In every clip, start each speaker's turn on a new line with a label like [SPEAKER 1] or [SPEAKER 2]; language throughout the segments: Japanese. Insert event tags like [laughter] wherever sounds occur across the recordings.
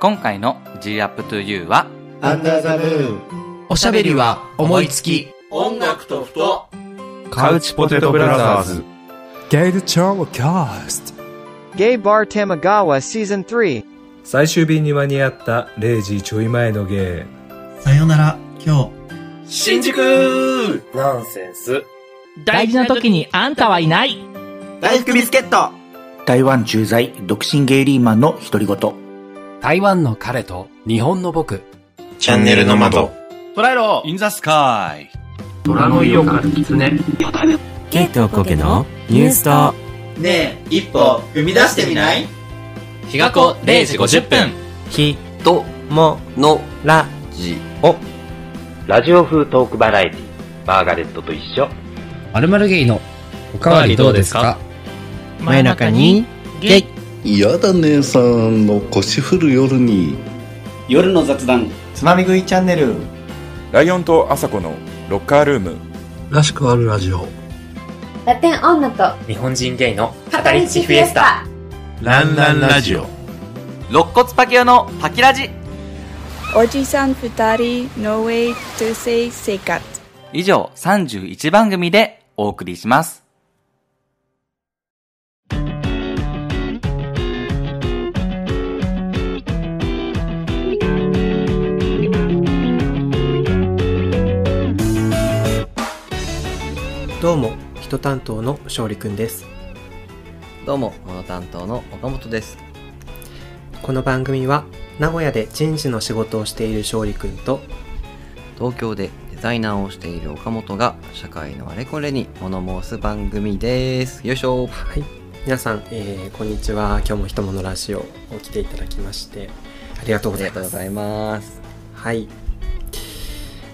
[SPEAKER 1] 今回の G Up to You は、
[SPEAKER 2] アンダーザムーン。
[SPEAKER 3] おしゃべりは思いつき。
[SPEAKER 4] 音楽とふと
[SPEAKER 5] カウチポテトブラザーズ。
[SPEAKER 6] ゲイルチャーキャスト
[SPEAKER 7] Gay Bar Tamagawa Season 3.
[SPEAKER 8] 最終便に間に合った0時ちょい前の芸。
[SPEAKER 3] さよなら、今
[SPEAKER 4] 新宿
[SPEAKER 9] ナンセンス。
[SPEAKER 10] 大事な時にあんたはいない
[SPEAKER 3] 大福ビスケット
[SPEAKER 11] 台湾駐在独身ゲイリーマンの独り言
[SPEAKER 12] 台湾の彼と日本の僕
[SPEAKER 13] チャンネルの窓
[SPEAKER 14] 捉えろ
[SPEAKER 15] インザスカイ
[SPEAKER 16] 虎の色から狐
[SPEAKER 17] ケイトコケのニュースと
[SPEAKER 3] ねえ一歩踏み出してみない
[SPEAKER 1] 日が子0時50分
[SPEAKER 18] ひとものラジオ
[SPEAKER 19] ラジオ風トークバラエティマーガレットと一緒
[SPEAKER 20] まるまるゲイのおかわりどうですか
[SPEAKER 13] 真夜中にゲイ
[SPEAKER 10] 嫌だ姉さんの腰振る夜に
[SPEAKER 20] 夜の雑談
[SPEAKER 1] つまみ食いチャンネル
[SPEAKER 5] ライオンとあさこのロッカールーム
[SPEAKER 4] らしくあるラジオ
[SPEAKER 5] ラテン女と
[SPEAKER 2] 日本人ゲイの語り地フィエスタ
[SPEAKER 3] ランランラジオ
[SPEAKER 1] 肋骨パキオのパキラジ
[SPEAKER 9] おじさん二人 No way to say 生活
[SPEAKER 1] 以上31番組でお送りします
[SPEAKER 21] どうも人担当の勝利くんです
[SPEAKER 22] どうも物担当の岡本です
[SPEAKER 21] この番組は名古屋で人事の仕事をしている勝利くんと
[SPEAKER 22] 東京でデザイナーをしている岡本が社会のあれこれに物申す番組ですよいしょ
[SPEAKER 21] はい皆さん、えー、こんにちは今日もひとものラジオを来ていただきましてありがとうございますありがとう
[SPEAKER 22] ございます
[SPEAKER 21] はい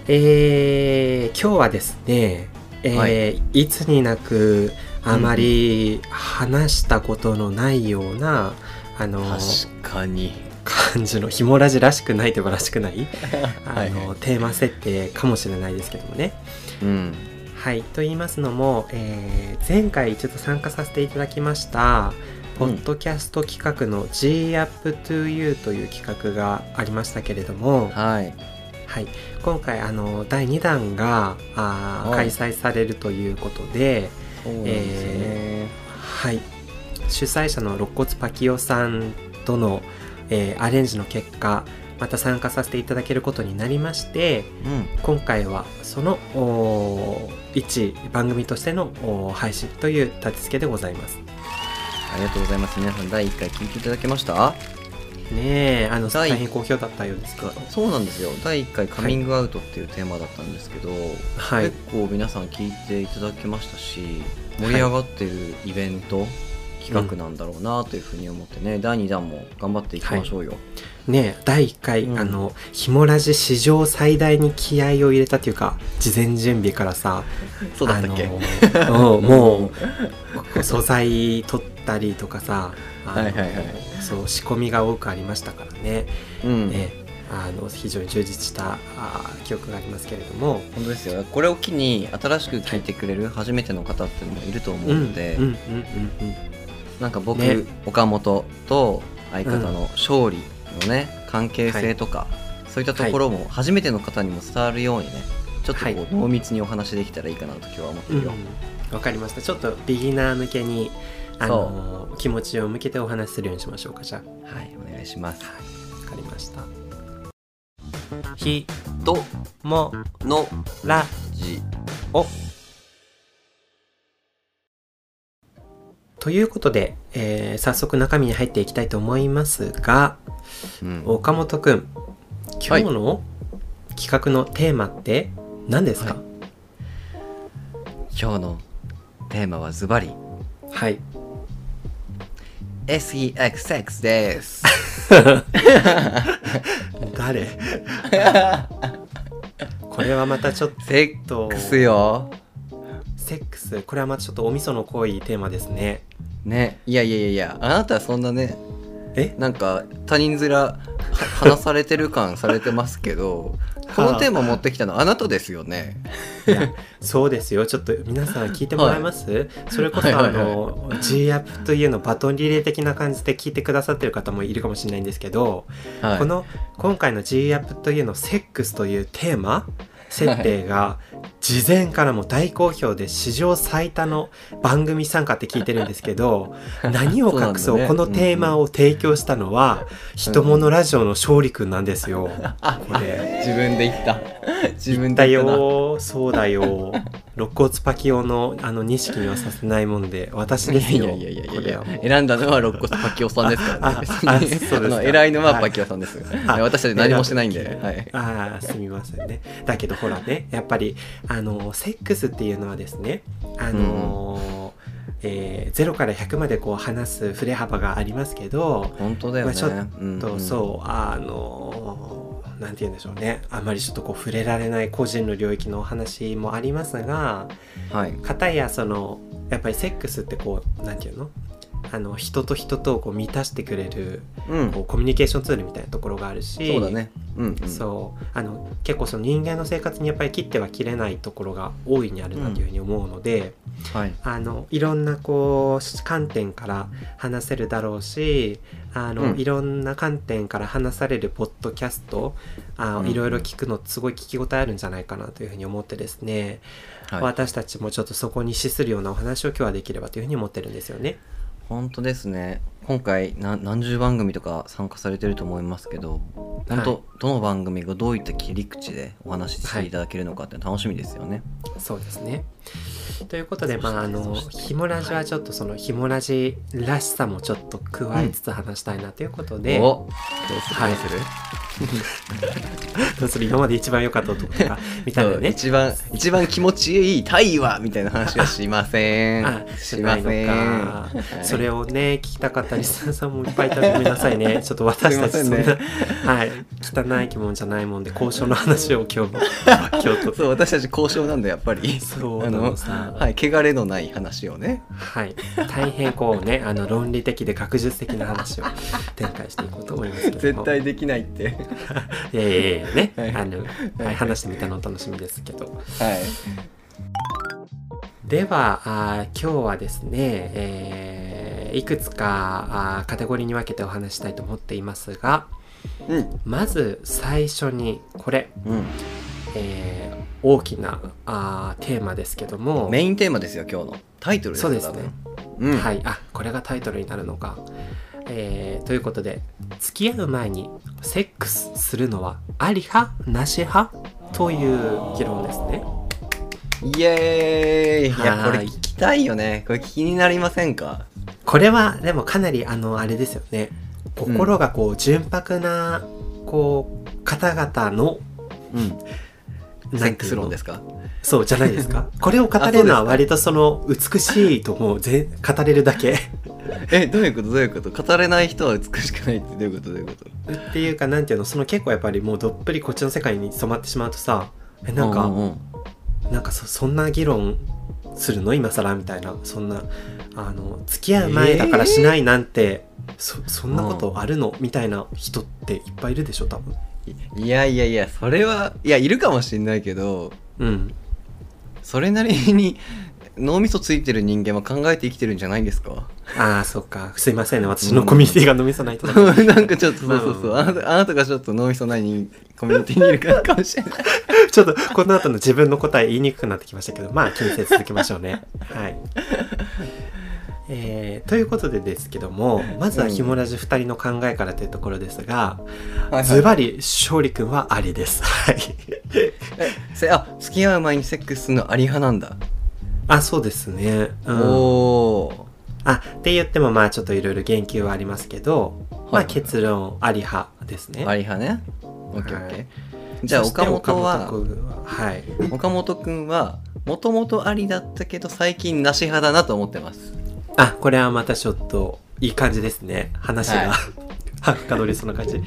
[SPEAKER 21] えー、今日はですねえー、はい、いつになくあまり話したことのないような、うん、あの
[SPEAKER 22] 確かに
[SPEAKER 21] 感じのひもラジらしくないというからしくないあ [laughs] の、はい、テーマ設定かもしれないですけどもね。
[SPEAKER 22] うん
[SPEAKER 21] はい、と言いますのも、えー、前回ちょっと参加させていただきましたポッドキャスト企画の「GUpToYou」という企画がありましたけれども、
[SPEAKER 22] はい、
[SPEAKER 21] はい、今回あの第2弾があ、開催されるということで、
[SPEAKER 22] でね、えー、
[SPEAKER 21] はい、主催者の肋骨パキオさんとの、えー、アレンジの結果また参加させていただけることになりまして、
[SPEAKER 22] うん、
[SPEAKER 21] 今回はその一番組としての配信という立て付けでございます
[SPEAKER 22] ありがとうございます皆さん第1回聞いていただけました
[SPEAKER 21] ねえあの大変好評だったようですけ
[SPEAKER 22] そうなんですよ第1回「カミングアウト」っていうテーマだったんですけど、
[SPEAKER 21] はい、、
[SPEAKER 22] 結構皆さん聞いていただけましたし盛り上がってるイベント、はい、企画なんだろうなというふうに思ってね、うん、第2弾も頑張っていきましょうよ、はい
[SPEAKER 21] ねえ第1回、うん、あのひもラジ史上最大に気合を入れたというか事前準備からさ
[SPEAKER 22] そうだったっけ
[SPEAKER 21] もう素材取ったりとかさ
[SPEAKER 22] はいはいはい、
[SPEAKER 21] そう仕込みが多くありましたからね,、
[SPEAKER 22] うん、
[SPEAKER 21] ねあの非常に充実したあ記憶がありますけれども
[SPEAKER 22] 本当ですよこれを機に新しく聞いてくれる初めての方っていうのもいると思うのでなんか僕、ね、岡本と相方の勝利のね、うん、関係性とか、はい、そういったところも初めての方にも伝わるようにね、はい、ちょっとこう濃密にお話できたらいいかなと今日は思ってるよ。わ、
[SPEAKER 21] うん、かりましたちょっとビギナー向けにあの気持ちを向けてお話しするようにしましょうかじゃ
[SPEAKER 22] あはいお願いしますわ、
[SPEAKER 21] はい、かりました
[SPEAKER 22] ひとものラジオ
[SPEAKER 21] ということで、えー、早速中身に入っていきたいと思いますが、うん、岡本くん今日の企画のテーマって何ですか、はい、
[SPEAKER 22] 今日のテーマはズバリ
[SPEAKER 21] はい
[SPEAKER 22] SEXX です。 [laughs]
[SPEAKER 21] 誰これはまたちょっと。
[SPEAKER 22] セックスよ。
[SPEAKER 21] セックスこれはまたちょっとおみその濃いテーマですね。
[SPEAKER 22] ね。いやいやいやいや、あなたはそんなね、
[SPEAKER 21] え
[SPEAKER 22] [laughs] なんか他人面話されてる感されてますけどこのテーマ持ってきたのあなたですよね。
[SPEAKER 21] いやそうですよちょっと皆さん聞いてもらえます、はい、それこそ、あの G アップというのバトンリレー的な感じで聞いてくださってる方もいるかもしれないんですけど、はい、この今回の G アップというのセックスというテーマ設定が事前からも大好評で史上最多の番組参加って聞いてるんですけ
[SPEAKER 22] [laughs]
[SPEAKER 21] ど何を隠そうこのテーマを提供したのは「ひとものラジオ」の勝利くんなんですよ。これ
[SPEAKER 22] 自分で言 [laughs] った
[SPEAKER 21] 自分で言ったよそうだよ肋骨パキオのあの錦にはさせないもんで私ですよ
[SPEAKER 22] いやいやいやいや選んだのは肋骨パキオさんですからね偉いのはパキオさんです、はい、私たち何もしてないんで、はい、
[SPEAKER 21] [laughs] ああすみませんねだけどほらねやっぱりあのセックスっていうのはですねあの、うんえー、0から100までこう話す振れ幅がありますけど
[SPEAKER 22] 本当だよね、
[SPEAKER 21] ちょっと、そうあのなんて言うんでしょうねあまりちょっとこう触れられない個人の領域のお話もありますが、はい、片やそのやっぱりセックスってこうなんて言うのあの人と人とをこう満たしてくれる、うん、こうコミュニケーションツールみたいなところがあるし
[SPEAKER 22] そうだね、うんうん、
[SPEAKER 21] そうあの結構その人間の生活にやっぱり切っては切れないところが大いにあるなというふうに思うので、うん、はい、あのいろんなこう観点から話せるだろうしあの、うん、いろんな観点から話されるポッドキャストあ、うん、いろいろ聞くのすごい聞き応えあるんじゃないかなというふうに思ってですね、はい、私たちもちょっとそこに資するようなお話を今日はできればというふうに思ってるんですよね。
[SPEAKER 22] 本当ですね今回何十番組とか参加されてると思いますけど本当、はい、どの番組がどういった切り口でお話ししていただけるのかって楽しみですよね。
[SPEAKER 21] はい、そうですねということで、まあ、あのひもラジはちょっとそのひもラジらしさもちょっと加えつつ話したいなということで、うん、
[SPEAKER 22] どうする、はい、どうする
[SPEAKER 21] どうする今まで一番良かった男と [laughs] かみたいなね、
[SPEAKER 22] 一番一番気持ちいいタイはみたいな話はしませんあしません、は
[SPEAKER 21] [laughs]
[SPEAKER 22] い
[SPEAKER 21] それをね聞きたかったリスナーさんもいっぱいいたごめんなさいねちょっと私たちそんな、ね、はい汚い気もんじゃないもんで交渉の話を [laughs] 今日も
[SPEAKER 22] 今日と [laughs] そう私たち交渉なんだやっぱり
[SPEAKER 21] そうあの
[SPEAKER 22] はい汚れのない話をね
[SPEAKER 21] はい大変こうねあの論理的で学術的な話を展開していこうと思います
[SPEAKER 22] 絶対できないって
[SPEAKER 21] いやいやいやね、 [laughs] はい、あの、はい、話してみたの楽しみですけど。はい、ではあ今日はですね、えー、いくつかあカテゴリーに分けてお話したいと思っていますが、うん、まず最初にこれ、うんえー、大きなあテーマですけども
[SPEAKER 22] メインテーマですよ今日のタイトル
[SPEAKER 21] そうですね、うん、はいあこれがタイトルになるのか。えー、ということで付き合う前にセックスするのはあり派なし派という議論ですね
[SPEAKER 22] イエーイいやこれ聞きたいよねこれ気になりませんか
[SPEAKER 21] これはでもかなりあのあれですよね心がこう純白なこう方々の、
[SPEAKER 22] うん、セックス論ですか
[SPEAKER 21] そうじゃないです [laughs] かこれを語れるのは割とその美しいと思うぜ語れるだ [laughs] け
[SPEAKER 22] えどういうことどういうこと語れない人は美しくないってどういうことどういうこと
[SPEAKER 21] っていうかなんていうのその結構やっぱりもうどっぷりこっちの世界に染まってしまうとさえなんか、うんうん、なんかそそんな議論するの今更みたいなそんなあの付き合う前だからしないなんて、えー、そそんなことあるの、うん、みたいな人っていっぱいいるでしょ多分
[SPEAKER 22] いやいやいやそれはいやいるかもしれないけどうんそれなりに脳みそついてる人間は考えて生きてるんじゃないんですか
[SPEAKER 21] ああそっかすいませんね私のコミュニティが脳みそ [laughs] ないと
[SPEAKER 22] なんかちょっとそうそうそう、まあ、あなたあなたがちょっと脳みそないにコミュニティにいるからかもしれない
[SPEAKER 21] ちょっとこの後の自分の答え言いにくくなってきましたけどまあ気にせず続けましょうね [laughs] はいえー、ということでですけどもまずはひもラジ2人の考えからというところですが、うん、ずばり勝利君はありですはい
[SPEAKER 22] せあ付き合う前にセックスのあり派なんだ
[SPEAKER 21] あそうですね、うん、おあって言ってもまあちょっといろいろ言及はありますけど、はい、まあ結論あり派ですね
[SPEAKER 22] あり派ね OKOK、はい、じゃあ岡本は
[SPEAKER 21] はい
[SPEAKER 22] 岡本君はもともとありだったけど最近なし派だなと思ってます
[SPEAKER 21] あこれはまたちょっといい感じですね話が、はい、 [laughs] はかどりそうな感じ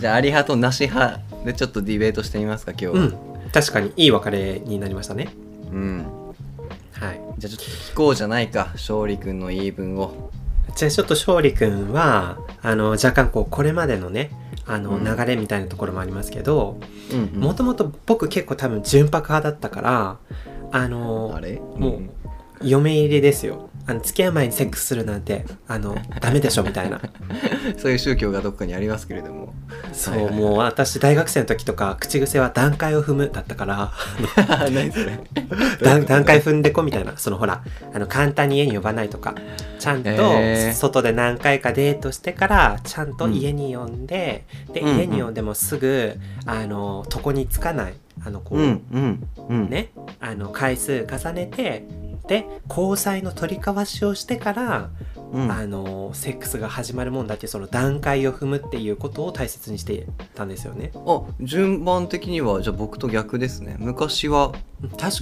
[SPEAKER 22] じゃああり派となし派でちょっとディベートしてみますか今日は、うん、
[SPEAKER 21] 確かにいい別れになりましたね
[SPEAKER 22] うん
[SPEAKER 21] はい、
[SPEAKER 22] じゃあちょっと聞こうじゃないか勝利君の言い分を
[SPEAKER 21] じゃあちょっと勝利君はあの若干こうこれまでのねあの
[SPEAKER 22] うん
[SPEAKER 21] 流れみたいなところもありますけど
[SPEAKER 22] うんうん
[SPEAKER 21] もともと僕結構多分純白派だったからあのもう嫁入りですよあの付き合う前にセックスするなんてあのダメでしょみたい
[SPEAKER 22] [laughs]
[SPEAKER 21] な
[SPEAKER 22] そういう宗教がどっかにありますけれ
[SPEAKER 21] [laughs]
[SPEAKER 22] ども
[SPEAKER 21] そう、
[SPEAKER 22] はいはい
[SPEAKER 21] もう私大学生の時とか口癖は段階を踏むだったから
[SPEAKER 22] 何そ [laughs] れ
[SPEAKER 21] 段段階踏んでこみたいなそのほらあの簡単に家に呼ばないとかちゃんと
[SPEAKER 22] へー
[SPEAKER 21] 外で何回かデートしてからちゃんと家に呼んで、で
[SPEAKER 22] うんうん
[SPEAKER 21] 家に呼んでもすぐあの床につかないあのこう、
[SPEAKER 22] うんうんうん
[SPEAKER 21] ねあの回数重ねてで交際の取り交わしをしてから、
[SPEAKER 22] うん
[SPEAKER 21] あのセックスが始まるもんだっていうその段階を踏むっていうことを大切にしてたんですよね。
[SPEAKER 22] あ順番的にはじゃあ僕と逆ですね昔は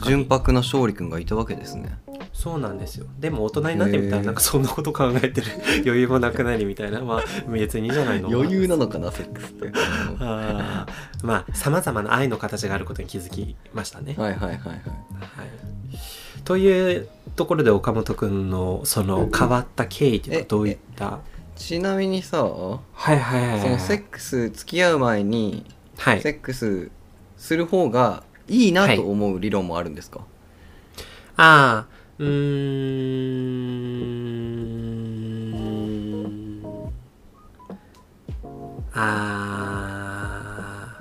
[SPEAKER 22] 純白な勝利君がいたわけですね
[SPEAKER 21] そうなんですよでも大人になってみた
[SPEAKER 22] へ
[SPEAKER 21] ら
[SPEAKER 22] ー
[SPEAKER 21] なんかそんなこと考えてる余裕もなくなりみたいなまあ別にいいじゃないの
[SPEAKER 22] 余裕なのかなセックスって
[SPEAKER 21] [laughs] あーまあさまざまな愛の形があることに気づきましたね。
[SPEAKER 22] はいはいはいはい
[SPEAKER 21] というところで岡本君のその変わった経緯っていうのはどういった
[SPEAKER 22] ちなみにさ
[SPEAKER 21] はいはいはい
[SPEAKER 22] そのセックス付き合う前に、
[SPEAKER 21] はい
[SPEAKER 22] セックスする方がいいなと思う理論もあるんですか、
[SPEAKER 21] ああ、うーん。あ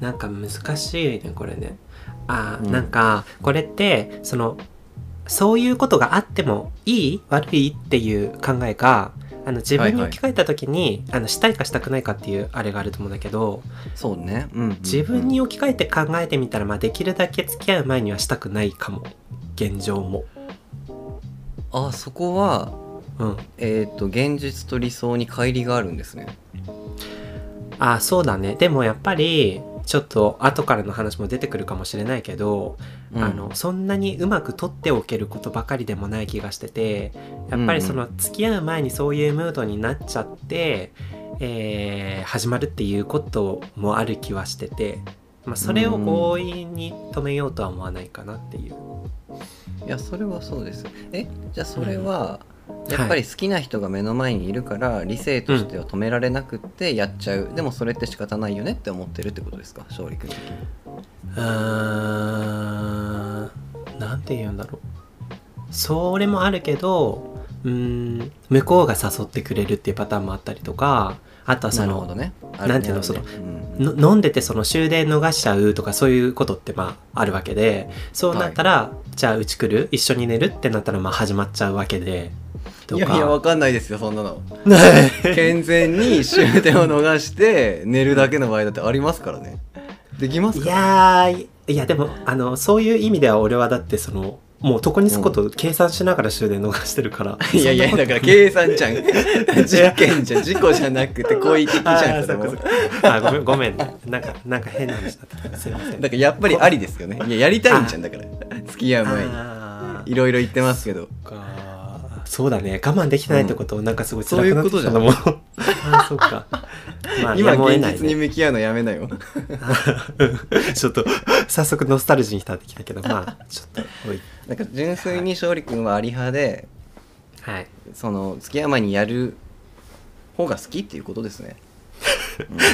[SPEAKER 21] ーなんか難しいねこれねあー、
[SPEAKER 22] うん
[SPEAKER 21] なんかこれってそのそういうことがあってもいい悪いっていう考えがあの自分に
[SPEAKER 22] はいはい
[SPEAKER 21] 置き換えた時に、あのしたいかしたくないかっていうあれがあると思うんだけど
[SPEAKER 22] そうね、うんうんうん
[SPEAKER 21] 自分に置き換えて考えてみたら、まあ、できるだけ付き合う前にはしたくないかも現状も。
[SPEAKER 22] あそこは、
[SPEAKER 21] うん
[SPEAKER 22] えっ、と現実と理想に乖離があるんですね
[SPEAKER 21] あそうだねでもやっぱりちょっと後からの話も出てくるかもしれないけど、
[SPEAKER 22] うん
[SPEAKER 21] あのそんなにうまく取っておけることばかりでもない気がしててやっぱりその付き合う前にそういうムードになっちゃって、えー始まるっていうこともある気はしてて、まあ、それを強引に止めようとは思わないかなっていう。
[SPEAKER 22] いやそれはそうですえじゃあそれは、やっぱり好きな人が目の前にいるから理性としては止められなくってやっちゃう、でもそれって仕方ないよねって思ってるってことですか勝利君的に
[SPEAKER 21] うーんなんて言うんだろうそれもあるけどうーん向こうが誘ってくれるっていうパターンもあったりとかあとはその
[SPEAKER 22] なるほどねある
[SPEAKER 21] なんていうの
[SPEAKER 22] ね
[SPEAKER 21] その
[SPEAKER 12] ある
[SPEAKER 21] の飲んでてその終電逃しちゃうとかそういうことってまああるわけでそうなったら、じゃあうち来る一緒に寝るってなったらまあ始まっちゃうわけでと
[SPEAKER 22] い
[SPEAKER 21] か
[SPEAKER 22] やいやわかんないですよそんなの健全に終点を逃して寝るだけの場合だってありますからねできます
[SPEAKER 21] いやーいやでもあのそういう意味では俺はだってそのもう床につくことを計算しながら終電逃してるから、
[SPEAKER 22] いやいや
[SPEAKER 21] そんな
[SPEAKER 22] だ
[SPEAKER 21] こと
[SPEAKER 22] か
[SPEAKER 12] ら
[SPEAKER 22] ら計算じゃん事件じゃん事故じゃなくて故意的じゃんそれも
[SPEAKER 21] あごめんごめんねなんかなんか変な話だったすいません
[SPEAKER 22] だからやっぱりありですよねいややりたいんじゃんだから付き合う前にいろいろ言ってますけど
[SPEAKER 21] そうだね我慢できないってこと、なんかすごい
[SPEAKER 22] そうい
[SPEAKER 21] 辛くな
[SPEAKER 22] う
[SPEAKER 21] ってき
[SPEAKER 22] ことじゃ
[SPEAKER 11] ん
[SPEAKER 22] ん
[SPEAKER 21] たのもあそうか、まあ、
[SPEAKER 22] 今
[SPEAKER 21] やむを得
[SPEAKER 22] 現
[SPEAKER 21] ない
[SPEAKER 22] 実に向き合うのやめなよ
[SPEAKER 21] [laughs] ちょっと早速ノスタルジーに浸ってきたけどまあちょっとおい
[SPEAKER 22] なんか純粋に勝利君はアリ派で、
[SPEAKER 21] はい、
[SPEAKER 22] その付き合う前にやる方が好きっていうことですね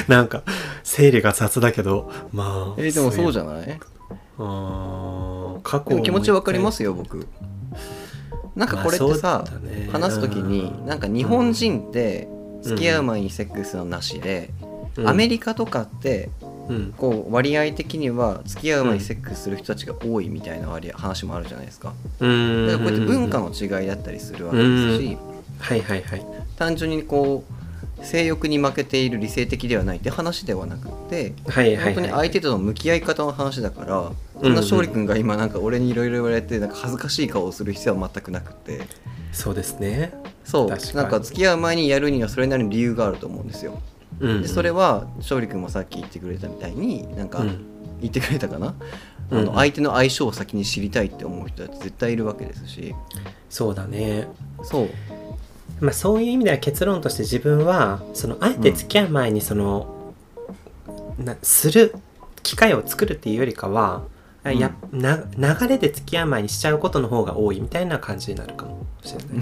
[SPEAKER 21] なんか整理が雑だけどまあ
[SPEAKER 22] えーでもそうじゃない
[SPEAKER 21] あ過去
[SPEAKER 22] でも気持ちわかりますすよ僕なんかこれっ
[SPEAKER 21] まあそ
[SPEAKER 22] て
[SPEAKER 21] う
[SPEAKER 22] さ、
[SPEAKER 21] だね
[SPEAKER 22] 話す時になんか日本人って付き合う前にセックスのなしで、うんアメリカとかって
[SPEAKER 21] うん
[SPEAKER 22] こう割合的には付き合う前にセックスする人たちが多いみたいな割合話もあるじゃないですか
[SPEAKER 21] うん
[SPEAKER 22] だからこうやって文化の違いだったりするわけですし
[SPEAKER 21] はいはいはい
[SPEAKER 22] 単純にこう性欲に負けている理性的ではないって話ではなくて、
[SPEAKER 21] はいはいはい
[SPEAKER 22] 本当に相手との向き合い方の話だから
[SPEAKER 21] ん
[SPEAKER 22] そんな勝利君が今なんか俺にいろいろ言われてなんか恥ずかしい顔をする必要は全くなくて
[SPEAKER 21] そうですね
[SPEAKER 22] そう
[SPEAKER 21] 確かに
[SPEAKER 22] なんか付き合う前にやるにはそれなりの理由があると思うんですよ。
[SPEAKER 21] うんうん
[SPEAKER 22] でそれは勝利君もさっき言ってくれたみたいになんか、
[SPEAKER 21] うん
[SPEAKER 22] 言ってくれたかな、
[SPEAKER 21] うん
[SPEAKER 22] あの相手の相性を先に知りたいって思う人だって絶対いるわけですし
[SPEAKER 21] そうだね
[SPEAKER 22] そう
[SPEAKER 21] まあ、そういう意味では結論として自分はそのあえて付き合う前にその、なする機会を作るっていうよりかは、あやな流れで付き合う前にしちゃうことの方が多いみたいな感じになるかもも
[SPEAKER 22] [laughs]
[SPEAKER 21] しれ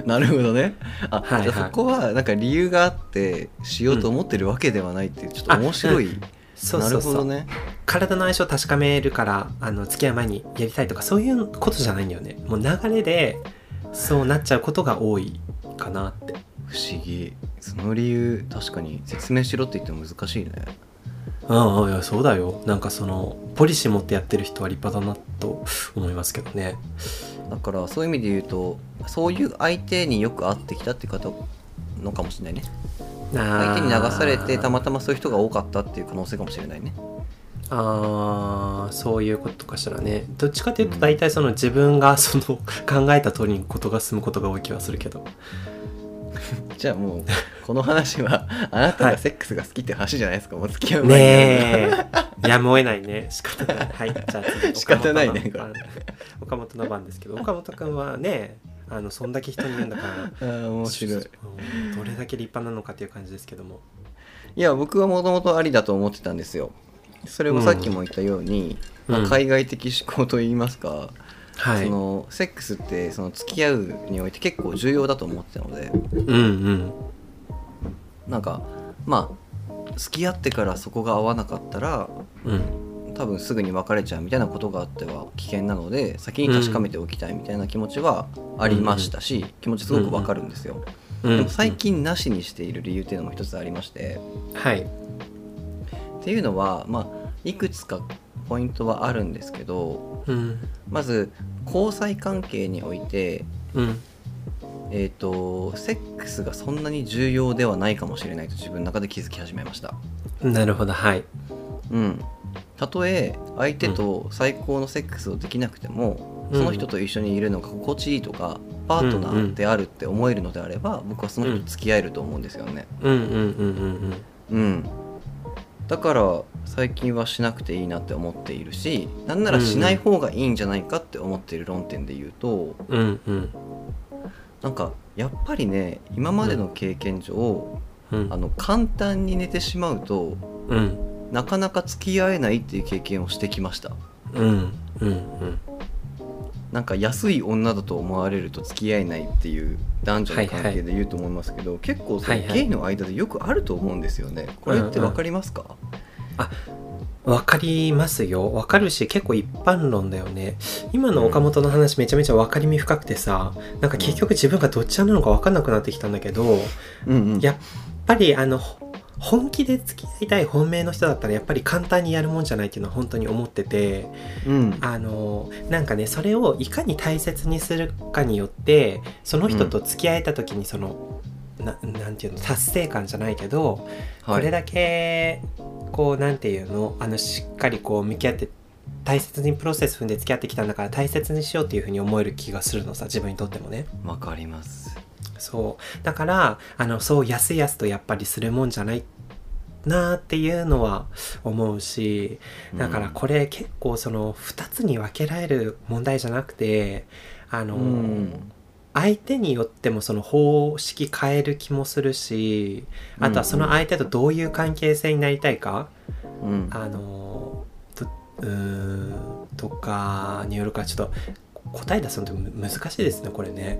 [SPEAKER 21] ない
[SPEAKER 22] なるほどねあ、はいはい、じゃあそこはなんか理由があってしようと思ってるわけではないっていうちょっと面白い、うん、
[SPEAKER 21] そうそうそう、ね、体の相性を確かめるからあの付き合う前にやりたいとかそういうことじゃないんだよねもう流れでそうなっちゃうことが多いかなって
[SPEAKER 22] 不思議その理由確かに説明しろって言っても難しいね
[SPEAKER 21] うんうんいやそうだよなんかそのポリシー持ってやってる人は立派だなと思いますけどね
[SPEAKER 22] だからそういう意味で言うとそういう相手によく会ってきたって方のかもしれないね相手に流されてたまたまそういう人が多かったっていう可能性かもしれないね
[SPEAKER 21] あーそういうことかしらねどっちかというと大体その自分がその考えた通りにことが進むことが多い気はするけど
[SPEAKER 22] じゃあもうこの話はあなたがセックスが好きって話じゃないですか、もう付 [laughs] き合う
[SPEAKER 21] 前にねえやむを得ないね仕方ないはいじゃあ
[SPEAKER 22] [laughs] 仕方ないね
[SPEAKER 21] 岡本の番ですけど岡本君はねあのそんだけ人に言うんだから
[SPEAKER 22] あ面白い
[SPEAKER 21] どれだけ立派なのかっていう感じですけども
[SPEAKER 22] いや僕はもともとありだと思ってたんですよそれもさっきも言ったように、うん、まあ、海外的思考といいますか、うんはい、そのセックスってその付き合うにおいて結構重要だと思ってたので、
[SPEAKER 21] うんうん、
[SPEAKER 22] なんかまあ付き合ってからそこが合わなかったら、うん、多分すぐに別れちゃうみたいなことがあっては危険なので先に確かめておきたいみたいな気持ちはありましたし、うんうん、気持ちすごくわかるんですよ、うんうん、でも最近なしにしている理由っていうのも一つありまして、
[SPEAKER 21] はい、
[SPEAKER 22] っていうのはまあいくつかポイントはあるんですけど、
[SPEAKER 21] うん、
[SPEAKER 22] まず交際関係において、
[SPEAKER 21] うん、
[SPEAKER 22] えっ、ー、とセックスがそんなに重要ではないかもしれないと自分の中で気づき始めました
[SPEAKER 21] なるほどはい
[SPEAKER 22] うんたとえ相手と最高のセックスをできなくても、うん、その人と一緒にいるのが心地いいとかパートナーであるって思えるのであれば、僕はその人と付き合えると思うんですよねうんだから最近はしなくていいなって思っているしなんならしない方がいいんじゃないかって思っている論点で言うと、
[SPEAKER 21] うんうん、
[SPEAKER 22] なんかやっぱりね今までの経験上、うん、あの簡単に寝てしまうと、
[SPEAKER 21] うん、
[SPEAKER 22] なかなか付き合えないっていう経験をしてきました。
[SPEAKER 21] うんうんうん、
[SPEAKER 22] なんか安い女だと思われると付き合えないっていう男女の関係で言うと思いますけど、はいはい、結構そのゲイの間でよくあると思うんですよね、はいはい、これって分かりますか、
[SPEAKER 21] うんうん、あ分かりますよ分かるし結構一般論だよね今の岡本の話めちゃめちゃ分かりみ深くてさ、うん、なんか結局自分がどっちなのか分かんなくなってきたんだけど、
[SPEAKER 22] うんうん、
[SPEAKER 21] やっぱりあの本気で付き合いたい本命の人だったらやっぱり簡単にやるもんじゃないっていうのは本当に思ってて、
[SPEAKER 22] うん、
[SPEAKER 21] あのなんかねそれをいかに大切にするかによってその人と付き合えた時にその、うん、ななんていうの達成感じゃないけど、はい、これだけこうなんていうのあのしっかりこう向き合って大切にプロセス踏んで付き合ってきたんだから大切にしようっていうふうに思える気がするのさ自分にとってもね。
[SPEAKER 22] わかります
[SPEAKER 21] そうだからあのそうやすやすとやっぱりするもんじゃないなっていうのは思うしだからこれ結構その2つに分けられる問題じゃなくてあの、うん、相手によってもその方式変える気もするしあとはその相手とどういう関係性になりたいか、
[SPEAKER 22] うん、
[SPEAKER 21] あのとうんとかによるかちょっと答え出すのって難しいですねこれね。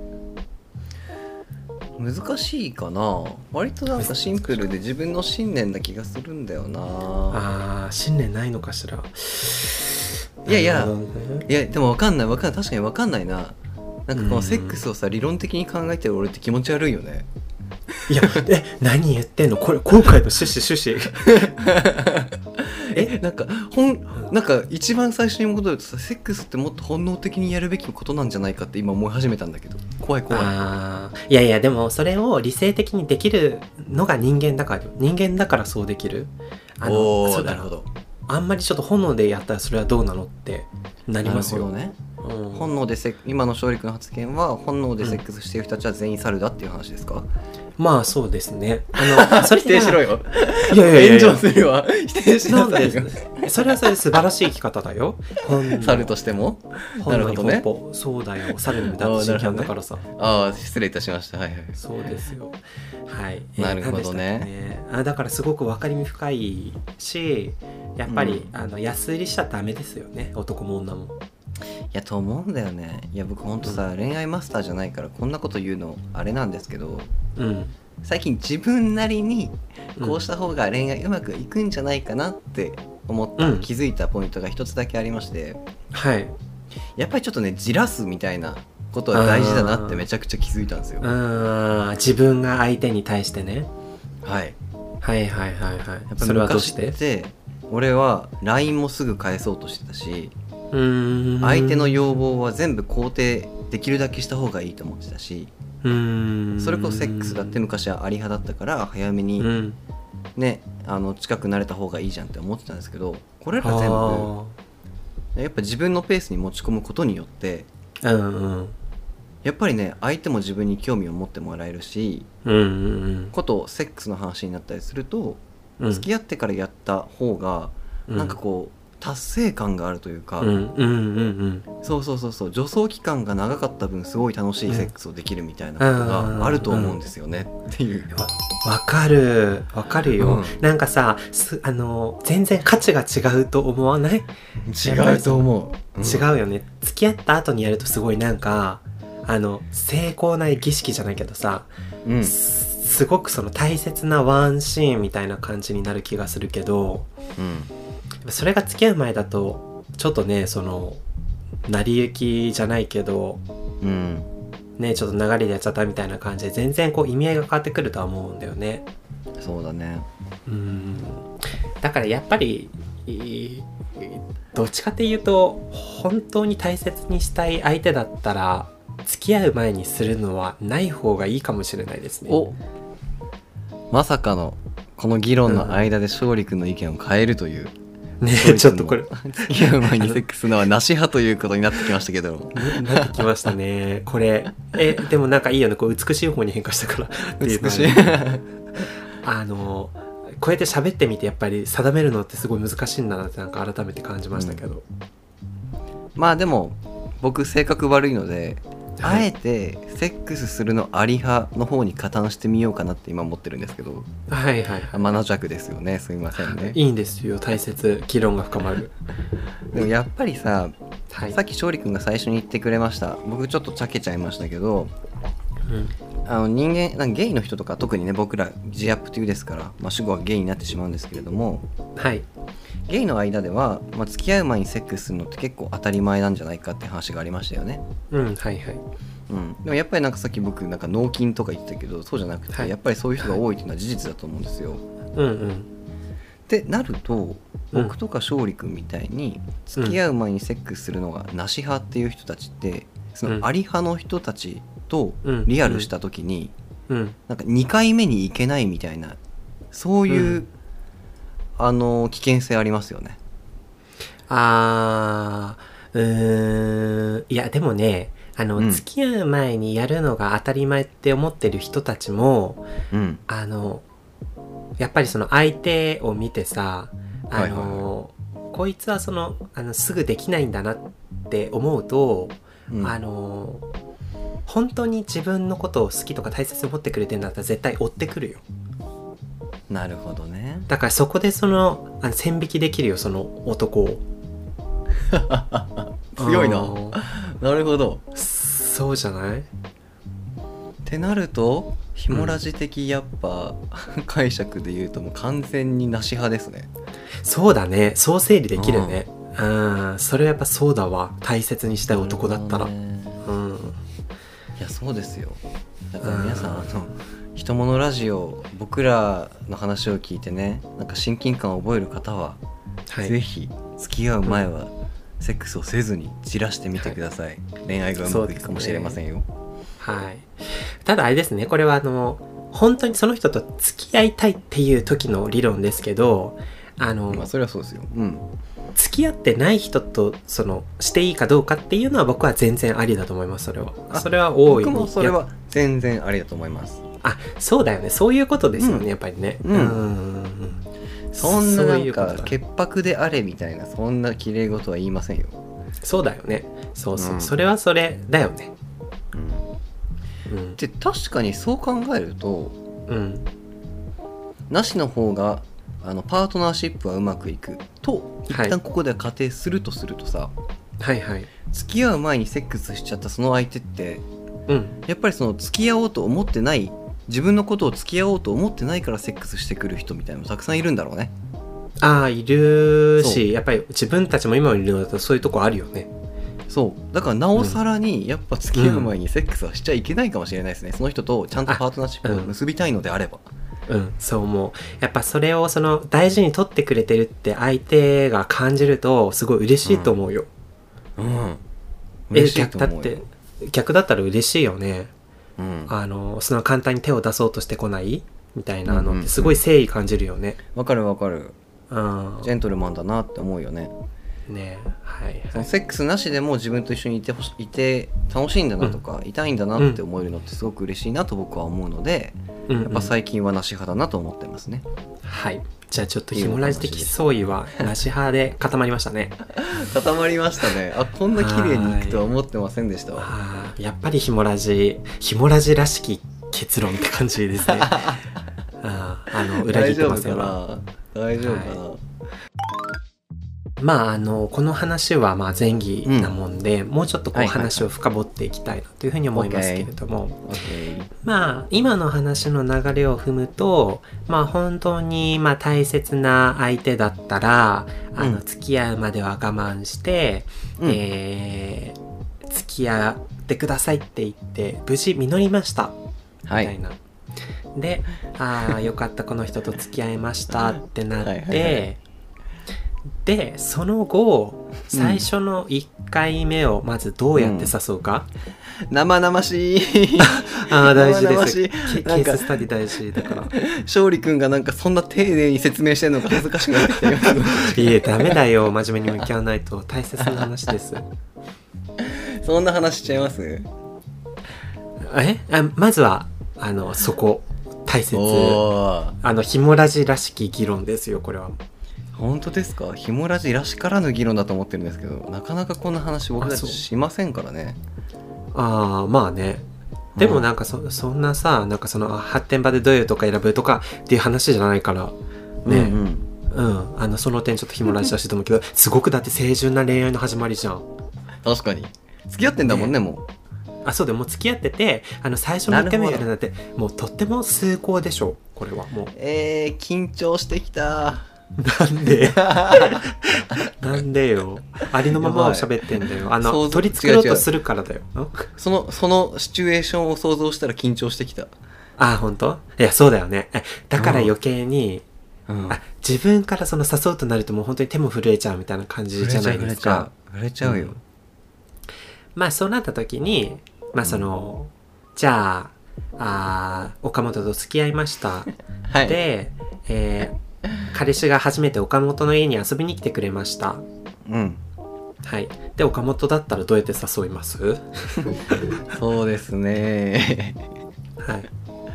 [SPEAKER 22] 難しいかな割となんかシンプルで自分の信念な気がするんだよな
[SPEAKER 21] あ信念ないのかしら
[SPEAKER 22] いやいやいやでも分かんない分かんない確かに分かんないななんかこのセックスをさ理論的に考えてる俺って気持ち悪いよね
[SPEAKER 21] いやえ何言ってんのこれ今回の趣旨趣旨
[SPEAKER 22] えなんかほんなんか一番最初に戻るとさセックスってもっと本能的にやるべきことなんじゃないかって今思い始めたんだけど怖い怖い
[SPEAKER 21] いやいやでもそれを理性的にできるのが人間だから人間だからそうできる
[SPEAKER 22] あのそうなるほど
[SPEAKER 21] あんまりちょっと本能でやったらそれはどうなのってなりますよ
[SPEAKER 22] ね、うん、本能でセ今の勝利君の発言は本能でセックスしてる人たちは全員猿だっていう話ですか、
[SPEAKER 21] まあそうですね。 [laughs]
[SPEAKER 22] あの、それ否定しろよ。
[SPEAKER 21] いやいやいや
[SPEAKER 22] 炎上するわ。否定
[SPEAKER 21] [laughs]
[SPEAKER 22] しなさいよ。 [laughs]
[SPEAKER 21] それはそれ素晴らしい生き方だよ。
[SPEAKER 22] 猿としても。
[SPEAKER 21] なるほどね。そうだよ。猿の無駄な人だからさ。
[SPEAKER 22] ああ、失礼いたしました。はいはい。
[SPEAKER 21] そうですよ。はい。
[SPEAKER 22] なるほどね。
[SPEAKER 21] ねあだからすごく分かりみ深いし、やっぱり、うん、あの安売りしちゃダメですよね。男も女も。
[SPEAKER 22] やと思うんだよねいや僕ほんとさ恋愛マスターじゃないからこんなこと言うのあれなんですけど、
[SPEAKER 21] うん
[SPEAKER 22] 最近自分なりにこうした方が恋愛うまくいくんじゃないかなって思った、
[SPEAKER 21] うん
[SPEAKER 22] 気づいたポイントが一つだけありまして
[SPEAKER 21] はい
[SPEAKER 22] やっぱりちょっとねじらすみたいなことは大事だなってめちゃくちゃ気づいたんですよ
[SPEAKER 21] あー自分が相手に対してね
[SPEAKER 22] はい
[SPEAKER 21] はいはいはいはい
[SPEAKER 22] やっぱ
[SPEAKER 21] それはどうし
[SPEAKER 22] 昔
[SPEAKER 21] て
[SPEAKER 22] って俺は LINE もすぐ返そうとしてたし
[SPEAKER 21] うん
[SPEAKER 22] 相手の要望は全部肯定できるだけした方がいいと思ってたし
[SPEAKER 21] うん
[SPEAKER 22] それこそセックスだって昔はあり派だったから早
[SPEAKER 21] う
[SPEAKER 22] めに
[SPEAKER 21] ん
[SPEAKER 22] ねあの近くなれた方がいいじゃんって思ってたんですけどこれら全
[SPEAKER 21] あ
[SPEAKER 22] 部やっぱ自分のペースに持ち込むことによって
[SPEAKER 21] ーうんうん
[SPEAKER 22] やっぱりね相手も自分に興味を持ってもらえるし
[SPEAKER 21] うんうんうん
[SPEAKER 22] ことセックスの話になったりすると、
[SPEAKER 21] うん
[SPEAKER 22] 付き合ってからやった方が、
[SPEAKER 21] うん
[SPEAKER 22] なんかこう達成感があるというか、
[SPEAKER 21] うんうんうん
[SPEAKER 22] そうそうそうそう助走期間が長かった分すごい楽しいセックスをできるみたいなことがあると思うんですよね、っていう。
[SPEAKER 21] わかるわかるよ、
[SPEAKER 22] うん
[SPEAKER 21] なんかさすあの全然価値が違うと思わない
[SPEAKER 22] 違うと思ううん
[SPEAKER 21] 違うよね付き合った後にやるとすごいなんかあの成功な儀式じゃないけどさ、
[SPEAKER 22] うん
[SPEAKER 21] すすごくその大切なワンシーンみたいな感じになる気がするけどそれが付き合う前だとちょっとねその成り行きじゃないけど
[SPEAKER 22] うん
[SPEAKER 21] ねちょっと流れでやっちゃったみたいな感じで全然こう意味合いが変わってくるとは思うんだよね
[SPEAKER 22] そうだね
[SPEAKER 21] うんだからやっぱりいいどっちかっていうと本当に大切にしたい相手だったら付き合う前にするのはない方がいいかもしれないですね
[SPEAKER 22] おまさかのこの議論の間で勝利君の意見を変えるという、
[SPEAKER 21] ね
[SPEAKER 22] ちょっとこれ付き合う前にセックスするのはなし派ということになってきましたけ [laughs] ど
[SPEAKER 21] なってきましたねこれえでもなんかいいよねこう美しい方に変化したからっていうのはねあのこうやって喋ってみてやっぱり定めるのってすごい難しいんだなってなんか改めて感じましたけど、
[SPEAKER 22] [laughs] まあでも僕性格悪いので、あえてセックスするのあり派の方に加担してみようかなって今思ってるんですけど
[SPEAKER 21] はいはいは
[SPEAKER 22] 天の弱ですよねすみませんね
[SPEAKER 21] いいんですよ大切議論が深まる
[SPEAKER 22] でもやっぱりさ、
[SPEAKER 21] はい
[SPEAKER 22] さっき勝利君が最初に言ってくれました僕ちょっとちゃけちゃいましたけどあの人間なんかゲイの人とか特にね僕ら G アップというですから、まあ、主語はゲイになってしまうんですけれども、
[SPEAKER 21] はい、
[SPEAKER 22] ゲイの間では、まあ、付き合う前にセックスするのって結構当たり前なんじゃないかって話がありましたよね。
[SPEAKER 21] うんはいはい
[SPEAKER 22] うん、でもやっぱりなんかさっき僕なんか脳筋とか言ってたけどそうじゃなくて、やっぱりそういう人が多いっていうのは事実だと思うんですよ。
[SPEAKER 21] うんうん
[SPEAKER 22] ってなると
[SPEAKER 21] うん
[SPEAKER 22] 僕とか勝利君みたいに付き合う前にセックスするのがなし派っていう人たちってそ
[SPEAKER 21] うん
[SPEAKER 22] のあり派の人たちと
[SPEAKER 21] うん
[SPEAKER 22] リアルした時に
[SPEAKER 21] うん
[SPEAKER 22] なんか2回目に行けないみたいなそういう、
[SPEAKER 21] う
[SPEAKER 22] あの危険性ありますよね。
[SPEAKER 21] あーうーんいやでもねあの、
[SPEAKER 22] うん
[SPEAKER 21] 付き合う前にやるのが当たり前って思ってる人たちも
[SPEAKER 22] うん、
[SPEAKER 21] あのやっぱりその相手を見てさあの、こいつはそのあのすぐできないんだなって思うと、
[SPEAKER 22] うん
[SPEAKER 21] あの本当に自分のことを好きとか大切に思ってくれてるんだったら絶対追ってくるよ
[SPEAKER 22] なるほどね。
[SPEAKER 21] だからそこでそのあの線引きできるよその男を
[SPEAKER 22] 強いな
[SPEAKER 21] あー。
[SPEAKER 22] なるほど。
[SPEAKER 21] そうじゃない
[SPEAKER 22] ってなるとヒモラジ的やっぱ、 [laughs] 解釈で言うともう完全になし派ですね。
[SPEAKER 21] そうだねそう整理できるねうんそれはやっぱそうだわ大切にしたい男だったら、うん
[SPEAKER 22] いやそうですよだから皆さんあの「ひとものラジオ」僕らの話を聞いてねなんか親近感を覚える方は、
[SPEAKER 21] はい
[SPEAKER 22] ぜひ付き合う前は、セックスをせずにじらしてみてください、恋愛がうまくいくかもしれませんよ、
[SPEAKER 21] はいただあれですねこれはあの本当にその人と付き合いたいっていう時の理論ですけどあの、
[SPEAKER 22] まあそれはそうですようん
[SPEAKER 21] 付き合ってない人とそのしていいかどうかっていうのは僕は全然ありだと思いますそれはそれは大いに
[SPEAKER 22] 僕もそれは全然ありだと思います
[SPEAKER 21] あそうだよねそういうことですよね、やっぱりね
[SPEAKER 22] うん
[SPEAKER 21] ん
[SPEAKER 22] そんなな
[SPEAKER 21] そうい
[SPEAKER 22] ん
[SPEAKER 21] うこと
[SPEAKER 22] か
[SPEAKER 21] だ
[SPEAKER 22] 潔白であれみたいなそんな綺麗事は言いませんよ
[SPEAKER 21] そうだよねそうそう、
[SPEAKER 22] うん
[SPEAKER 21] それはそれだよねうん
[SPEAKER 22] で確かにそう考えると
[SPEAKER 21] うん
[SPEAKER 22] なしの方があのパートナーシップはうまくいくと一
[SPEAKER 21] はい
[SPEAKER 22] 旦ここでは仮定するとするとさ、
[SPEAKER 21] はいはい
[SPEAKER 22] 付き合う前にセックスしちゃったその相手って、やっぱりその付き合おうと思ってない自分のことを付き合おうと思ってないからセックスしてくる人みたいなのたくさんいるんだろうね
[SPEAKER 21] ああいるしやっぱり自分たちも今いるのだとそういうとこあるよね
[SPEAKER 22] そうだからなおさらにやっぱ付き合う前にセックスはしちゃいけないかもしれないですね、その人とちゃんとパートナーシップを結びたいのであれば、
[SPEAKER 21] うんそう思うやっぱそれをその大事に取ってくれてるって相手が感じるとすごい嬉しいと思うよ
[SPEAKER 22] うん
[SPEAKER 21] え
[SPEAKER 22] 嬉しい
[SPEAKER 21] 逆
[SPEAKER 22] と
[SPEAKER 21] だ
[SPEAKER 22] 思
[SPEAKER 21] っ
[SPEAKER 22] う
[SPEAKER 21] て逆だったら嬉しいよね、あのその簡単に手を出そうとしてこないみたいなのってすごい誠意感じるよね
[SPEAKER 22] わかるわかる
[SPEAKER 21] うん
[SPEAKER 22] ジェントルマンだなって思うよね
[SPEAKER 21] ねはい
[SPEAKER 22] そのセックスなしでも自分と一緒にいてほしいて楽しいんだなとか、痛いんだなって思えるのってすごく嬉しいなと僕は思うので、
[SPEAKER 21] うんうん
[SPEAKER 22] やっぱ最近はなし派だなと思ってますね
[SPEAKER 21] はいじゃあちょっとヒモラジ的相違はなし派で固まりましたね
[SPEAKER 22] 固まりましたねあこんな綺麗にいくとは思ってませんでしたわ
[SPEAKER 21] やっぱりヒモラジヒモラジらしき結論って感じ
[SPEAKER 22] [laughs]
[SPEAKER 21] ですねあーあの裏切ってませんわ
[SPEAKER 22] 大丈夫かな大丈夫かな、
[SPEAKER 21] まああのこの話はまあ前儀なもんで、もうちょっとこう話を深掘っていきたいなというふうに思いますけれども、まあ今の話の流れを踏むとまあ本当にまあ大切な相手だったらあの付き合うまでは我慢して、えー付き合ってくださいって言って無事実りましたみたいな。で「ああよかったこの人と付き合いました」ってなって。
[SPEAKER 14] はいはいはい
[SPEAKER 21] でその後最初の1回目をまずどうやって誘うか、
[SPEAKER 22] 生々しい
[SPEAKER 21] [laughs] ああ大事です
[SPEAKER 22] 生
[SPEAKER 21] ケ
[SPEAKER 22] 々し
[SPEAKER 21] ケ
[SPEAKER 22] いなんか
[SPEAKER 21] ーススタディ大事だから
[SPEAKER 22] 勝利君がなんかそんな丁寧に説明してるのが恥ずかしくなってきたよ
[SPEAKER 21] [laughs] いえダメだよ真面目に向き合わないと大切な話
[SPEAKER 22] [laughs]
[SPEAKER 21] です
[SPEAKER 22] そんな話しちゃいます
[SPEAKER 21] えあまずはあのそこ大切
[SPEAKER 22] お
[SPEAKER 21] あのひもラジらしき議論ですよこれは
[SPEAKER 22] 本当ですかひもラジらしからぬ議論だと思ってるんですけどなかなかこんな話僕たちしませんからね
[SPEAKER 21] ああまあねでもなんかそ,、そんなさなんかそのあ発展場でどういうとか選ぶとかっていう話じゃないからね
[SPEAKER 22] うん、
[SPEAKER 21] あのその点ちょっとひもらしたしいと思うけどすごくだって清純な恋愛の始まりじゃん
[SPEAKER 22] 確かに付き合ってんだもんねも
[SPEAKER 21] うあそうでもう付き合っててあの最初の1回目やるなんてもうとっても崇高でしょこれはもう
[SPEAKER 22] えー、緊張してきた
[SPEAKER 21] なんでなんでよありのままを喋ってんだよあの取り繕ろうとするからだよ
[SPEAKER 22] [laughs] そのそのシチュエーションを想像したら緊張してきた
[SPEAKER 21] あ本当いやそうだよねえだから余計に、あ自分からその誘うとなるともう本当に手も震えちゃうみたいな感じじゃないですか
[SPEAKER 22] 触れちゃうよ、
[SPEAKER 21] まあそうなった時にまあその、じゃああー岡本と付き合いました、で、えー彼氏が初めて岡本の家に遊びに来てくれました
[SPEAKER 22] うん
[SPEAKER 21] はいで岡本だったらどうやって誘います
[SPEAKER 22] そうですね
[SPEAKER 21] はい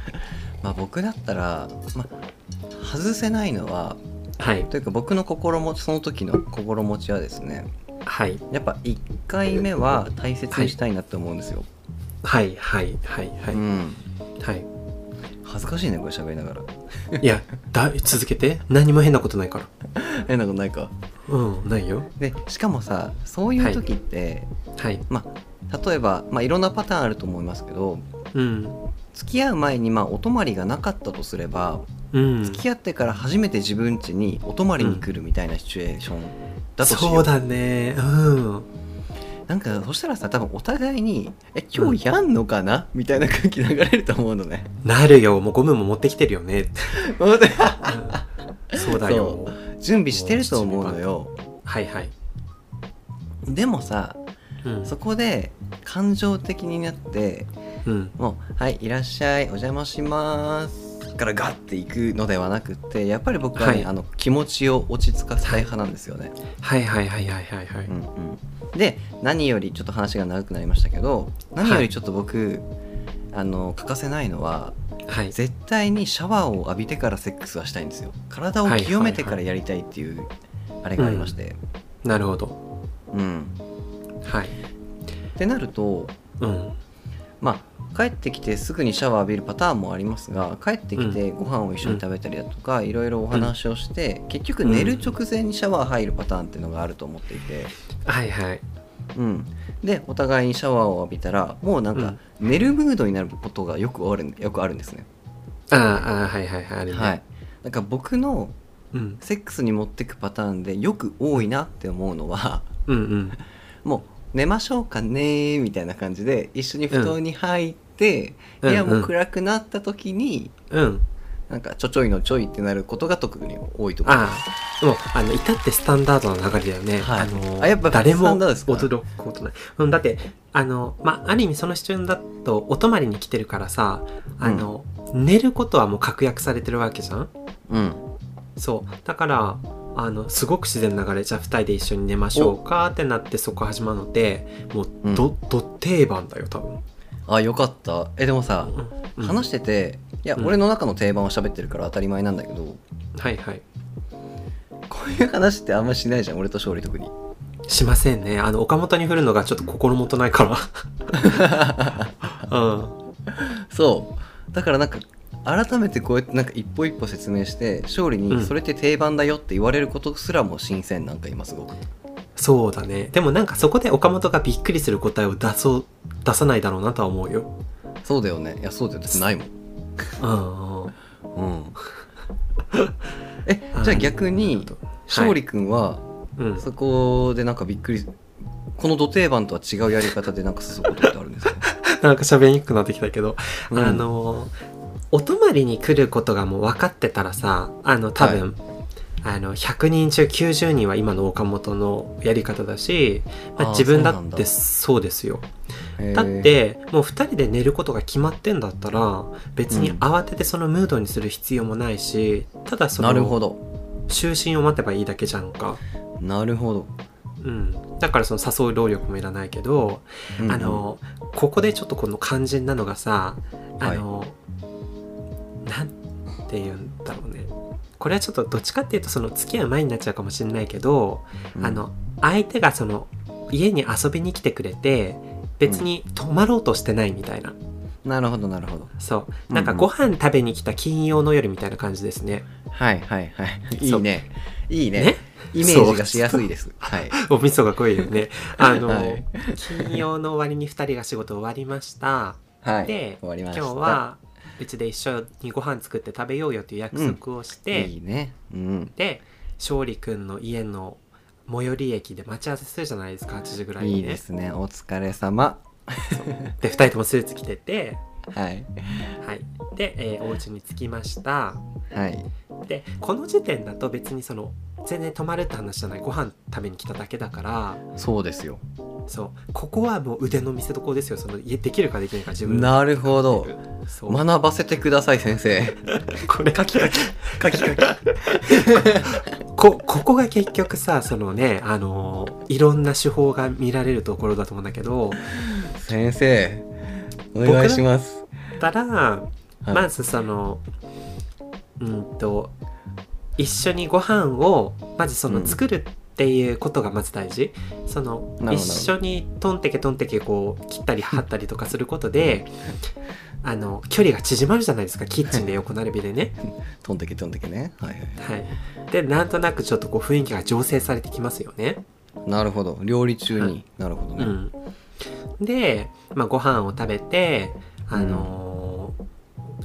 [SPEAKER 22] [laughs] まあ僕だったら、まあ、外せないのは、
[SPEAKER 21] はい、
[SPEAKER 22] というか僕の心持ちその時の心持ちはですね
[SPEAKER 21] はい
[SPEAKER 22] やっぱ1回目は大切にしたいなって思うんですよ
[SPEAKER 21] はいはいはいはい、
[SPEAKER 22] うん、
[SPEAKER 21] はい
[SPEAKER 22] 恥ずかしいねこれ喋りながら
[SPEAKER 21] いやだ続けて何も変なことないから
[SPEAKER 22] 変なことないか
[SPEAKER 21] うんないよ
[SPEAKER 22] でしかもさそういう時って、まあ例えば、まあ、いろんなパターンあると思いますけど
[SPEAKER 21] うん
[SPEAKER 22] 付き合う前にまあお泊まりがなかったとすれば
[SPEAKER 21] うん
[SPEAKER 22] 付き合ってから初めて自分家にお泊まりに来るみたいなシチュエーションだとしよう、
[SPEAKER 21] そうだねうん
[SPEAKER 22] なんかそしたらさ多分お互いに「え今日やんのかな?」みたいな空気流れると思うのね [laughs]
[SPEAKER 21] なるよもうゴムも持ってきてるよね
[SPEAKER 22] [laughs]
[SPEAKER 21] そうだよ
[SPEAKER 22] そう準備してると思う
[SPEAKER 21] [laughs]
[SPEAKER 22] のよ
[SPEAKER 21] はいはい
[SPEAKER 22] でもさ、そこで感情的になって、
[SPEAKER 21] うん
[SPEAKER 22] もう「はいいらっしゃいお邪魔します」からガッていくのではなくってやっぱり僕は、ね
[SPEAKER 21] はい
[SPEAKER 22] あの気持ちを落ち着かせたい派なんですよね。
[SPEAKER 21] はいはいはいはいはいはい、
[SPEAKER 22] で何よりちょっと話が長くなりましたけど何よりちょっと僕、あの欠かせないのは、絶対にシャワーを浴びてからセックスはしたいんですよ体を清めてからやりたいっていう、あれがありまして、
[SPEAKER 21] なるほど
[SPEAKER 22] うん
[SPEAKER 21] はい
[SPEAKER 22] ってなると、まあ帰ってきてすぐにシャワー浴びるパターンもありますが帰ってきてご飯を一緒に食べたりだとか、いろいろお話をして、結局寝る直前にシャワー入るパターンっていうのがあると思っていて、
[SPEAKER 21] はいはい
[SPEAKER 22] うん、でお互いにシャワーを浴びたらもうなんか寝るムードになることがよくあるんよくあるんですね。
[SPEAKER 21] あああはいはいはいあるね
[SPEAKER 22] はい、なんか僕の
[SPEAKER 21] うん
[SPEAKER 22] セックスに持ってくパターンでよく多いなって思うのは [laughs]
[SPEAKER 21] うんうん
[SPEAKER 22] もう寝ましょうかねーみたいな感じで一緒に布団に入って、
[SPEAKER 21] うん
[SPEAKER 22] 部屋
[SPEAKER 21] うん
[SPEAKER 22] も
[SPEAKER 21] うん
[SPEAKER 22] 暗くなった時に、
[SPEAKER 21] うん
[SPEAKER 22] なんかちょちょいのちょいってなることが特に多いと思い
[SPEAKER 21] あ
[SPEAKER 22] ます。
[SPEAKER 21] あでもあの至ってスタンダードな流れだよね、
[SPEAKER 22] はい
[SPEAKER 21] あの
[SPEAKER 22] あやっぱ
[SPEAKER 21] 誰も
[SPEAKER 22] スタンダードですか
[SPEAKER 21] 驚くことない、うん、だってあのまあある意味そのシチュエーションだとお泊まりに来てるからさあの、寝ることはもう確約されてるわけじゃん
[SPEAKER 22] うん
[SPEAKER 21] そうだからあのすごく自然な流れじゃあ2人で一緒に寝ましょうかってなってそこ始まるのでもうど,、ど定番だよ多分
[SPEAKER 22] あよかったえでもさ、
[SPEAKER 21] うん
[SPEAKER 22] 話してていや、
[SPEAKER 21] うん
[SPEAKER 22] 俺の中の定番を喋ってるから当たり前なんだけどこ
[SPEAKER 21] はいはいう
[SPEAKER 22] いう話ってあんましないじゃん俺と勝利特に
[SPEAKER 21] しませんねあの岡本に振るのがちょっと心もとない
[SPEAKER 22] [laughs]
[SPEAKER 21] からうん
[SPEAKER 22] そうだからなんか改めてこうやってなんか一歩一歩説明して勝利
[SPEAKER 21] う
[SPEAKER 22] に
[SPEAKER 21] ん
[SPEAKER 22] それって定番だよって言われることすらも新鮮なんか今すごく、
[SPEAKER 21] そうだねでもなんかそこで岡本がびっくりする答えを出そう出さないだろうなとは思うよ
[SPEAKER 22] そうだよねいやそうだよだってないもん
[SPEAKER 21] うんうん
[SPEAKER 22] うん、 [laughs] えじゃあ逆に勝利君は
[SPEAKER 21] うん
[SPEAKER 22] そこでなんかびっくりこの土定番とは違うやり方でなんかすることってあるんですか
[SPEAKER 21] なんか喋りにくくなってきたけど、
[SPEAKER 22] う
[SPEAKER 21] [laughs]
[SPEAKER 22] ん
[SPEAKER 21] あのお泊まりに来ることがもう分かってたらさあの多分、あの100人中90人は今の岡本のやり方だし、まあ
[SPEAKER 22] あー
[SPEAKER 21] 自分だ
[SPEAKER 22] そうなん
[SPEAKER 21] って
[SPEAKER 22] だ
[SPEAKER 21] そうですよ
[SPEAKER 22] へー
[SPEAKER 21] だってもう2人で寝ることが決まってんだったら別に慌ててそのムードにする必要もないし、ただその
[SPEAKER 22] なるほど
[SPEAKER 21] 就寝を待てばいいだけじゃんか、
[SPEAKER 22] なるほど、
[SPEAKER 21] うん、だからその誘う労力もいらないけど、
[SPEAKER 22] うん
[SPEAKER 21] あのここでちょっとこの肝心なのがさあの、なんて言うんだろうねこれはちょっとどっちかっていうとその付き合う前になっちゃうかもしれないけど、
[SPEAKER 22] うん
[SPEAKER 21] あの相手がその家に遊びに来てくれて別に泊まろうとしてないみたいな、
[SPEAKER 22] なるほどなるほど
[SPEAKER 21] そうなんかご飯食べに来た金曜の夜みたいな感じですね、
[SPEAKER 22] はいはいはいい
[SPEAKER 21] そ
[SPEAKER 22] いうねいいね
[SPEAKER 21] ね
[SPEAKER 22] イメージがしやすいですはい
[SPEAKER 21] お味噌が濃いよね。あの、
[SPEAKER 22] [laughs] はい
[SPEAKER 21] 金曜の終わりに2人が仕事終わりました。
[SPEAKER 22] はい
[SPEAKER 21] で
[SPEAKER 22] 終わりました
[SPEAKER 21] 今日はうちで一緒にご飯作って食べようよという約束をして、
[SPEAKER 22] いいねうん
[SPEAKER 21] で勝利くんの家の最寄り駅で待ち合わせするじゃないですか8時ぐらいにね。
[SPEAKER 22] いいですねお疲れ様
[SPEAKER 21] で2人ともスーツ着てて、
[SPEAKER 22] はい
[SPEAKER 21] はい、で、えーお家に着きました。
[SPEAKER 22] はい
[SPEAKER 21] でこの時点だと別にその全然泊まるって話じゃないご飯食べに来ただけだから。
[SPEAKER 22] そうですよ
[SPEAKER 21] そうここはもう腕の見せ所ですよそのいできるかできないか自分の
[SPEAKER 22] なるほど
[SPEAKER 21] そう
[SPEAKER 22] 学ばせてください先生
[SPEAKER 21] [laughs] これカキカキカキカキこここが結局さそのねあのーいろんな手法が見られるところだと思うんだけど
[SPEAKER 22] 先生お願いします
[SPEAKER 21] たら、まずそのうんと一緒にご飯をまずその作るっていうことがまず大事、その
[SPEAKER 22] なるほど
[SPEAKER 21] 一緒にトンテケトンテケこう切ったり貼ったりとかすることであの距離が縮まるじゃないですかキッチンで横並びでね。
[SPEAKER 22] 飛んでけ飛んでけねはいはい
[SPEAKER 21] はい、でなんとなくちょっとこう雰囲気が醸成されてきますよね。
[SPEAKER 22] なるほど料理中に、なるほどね、
[SPEAKER 21] うん、で、まあ、ご飯を食べて、あのー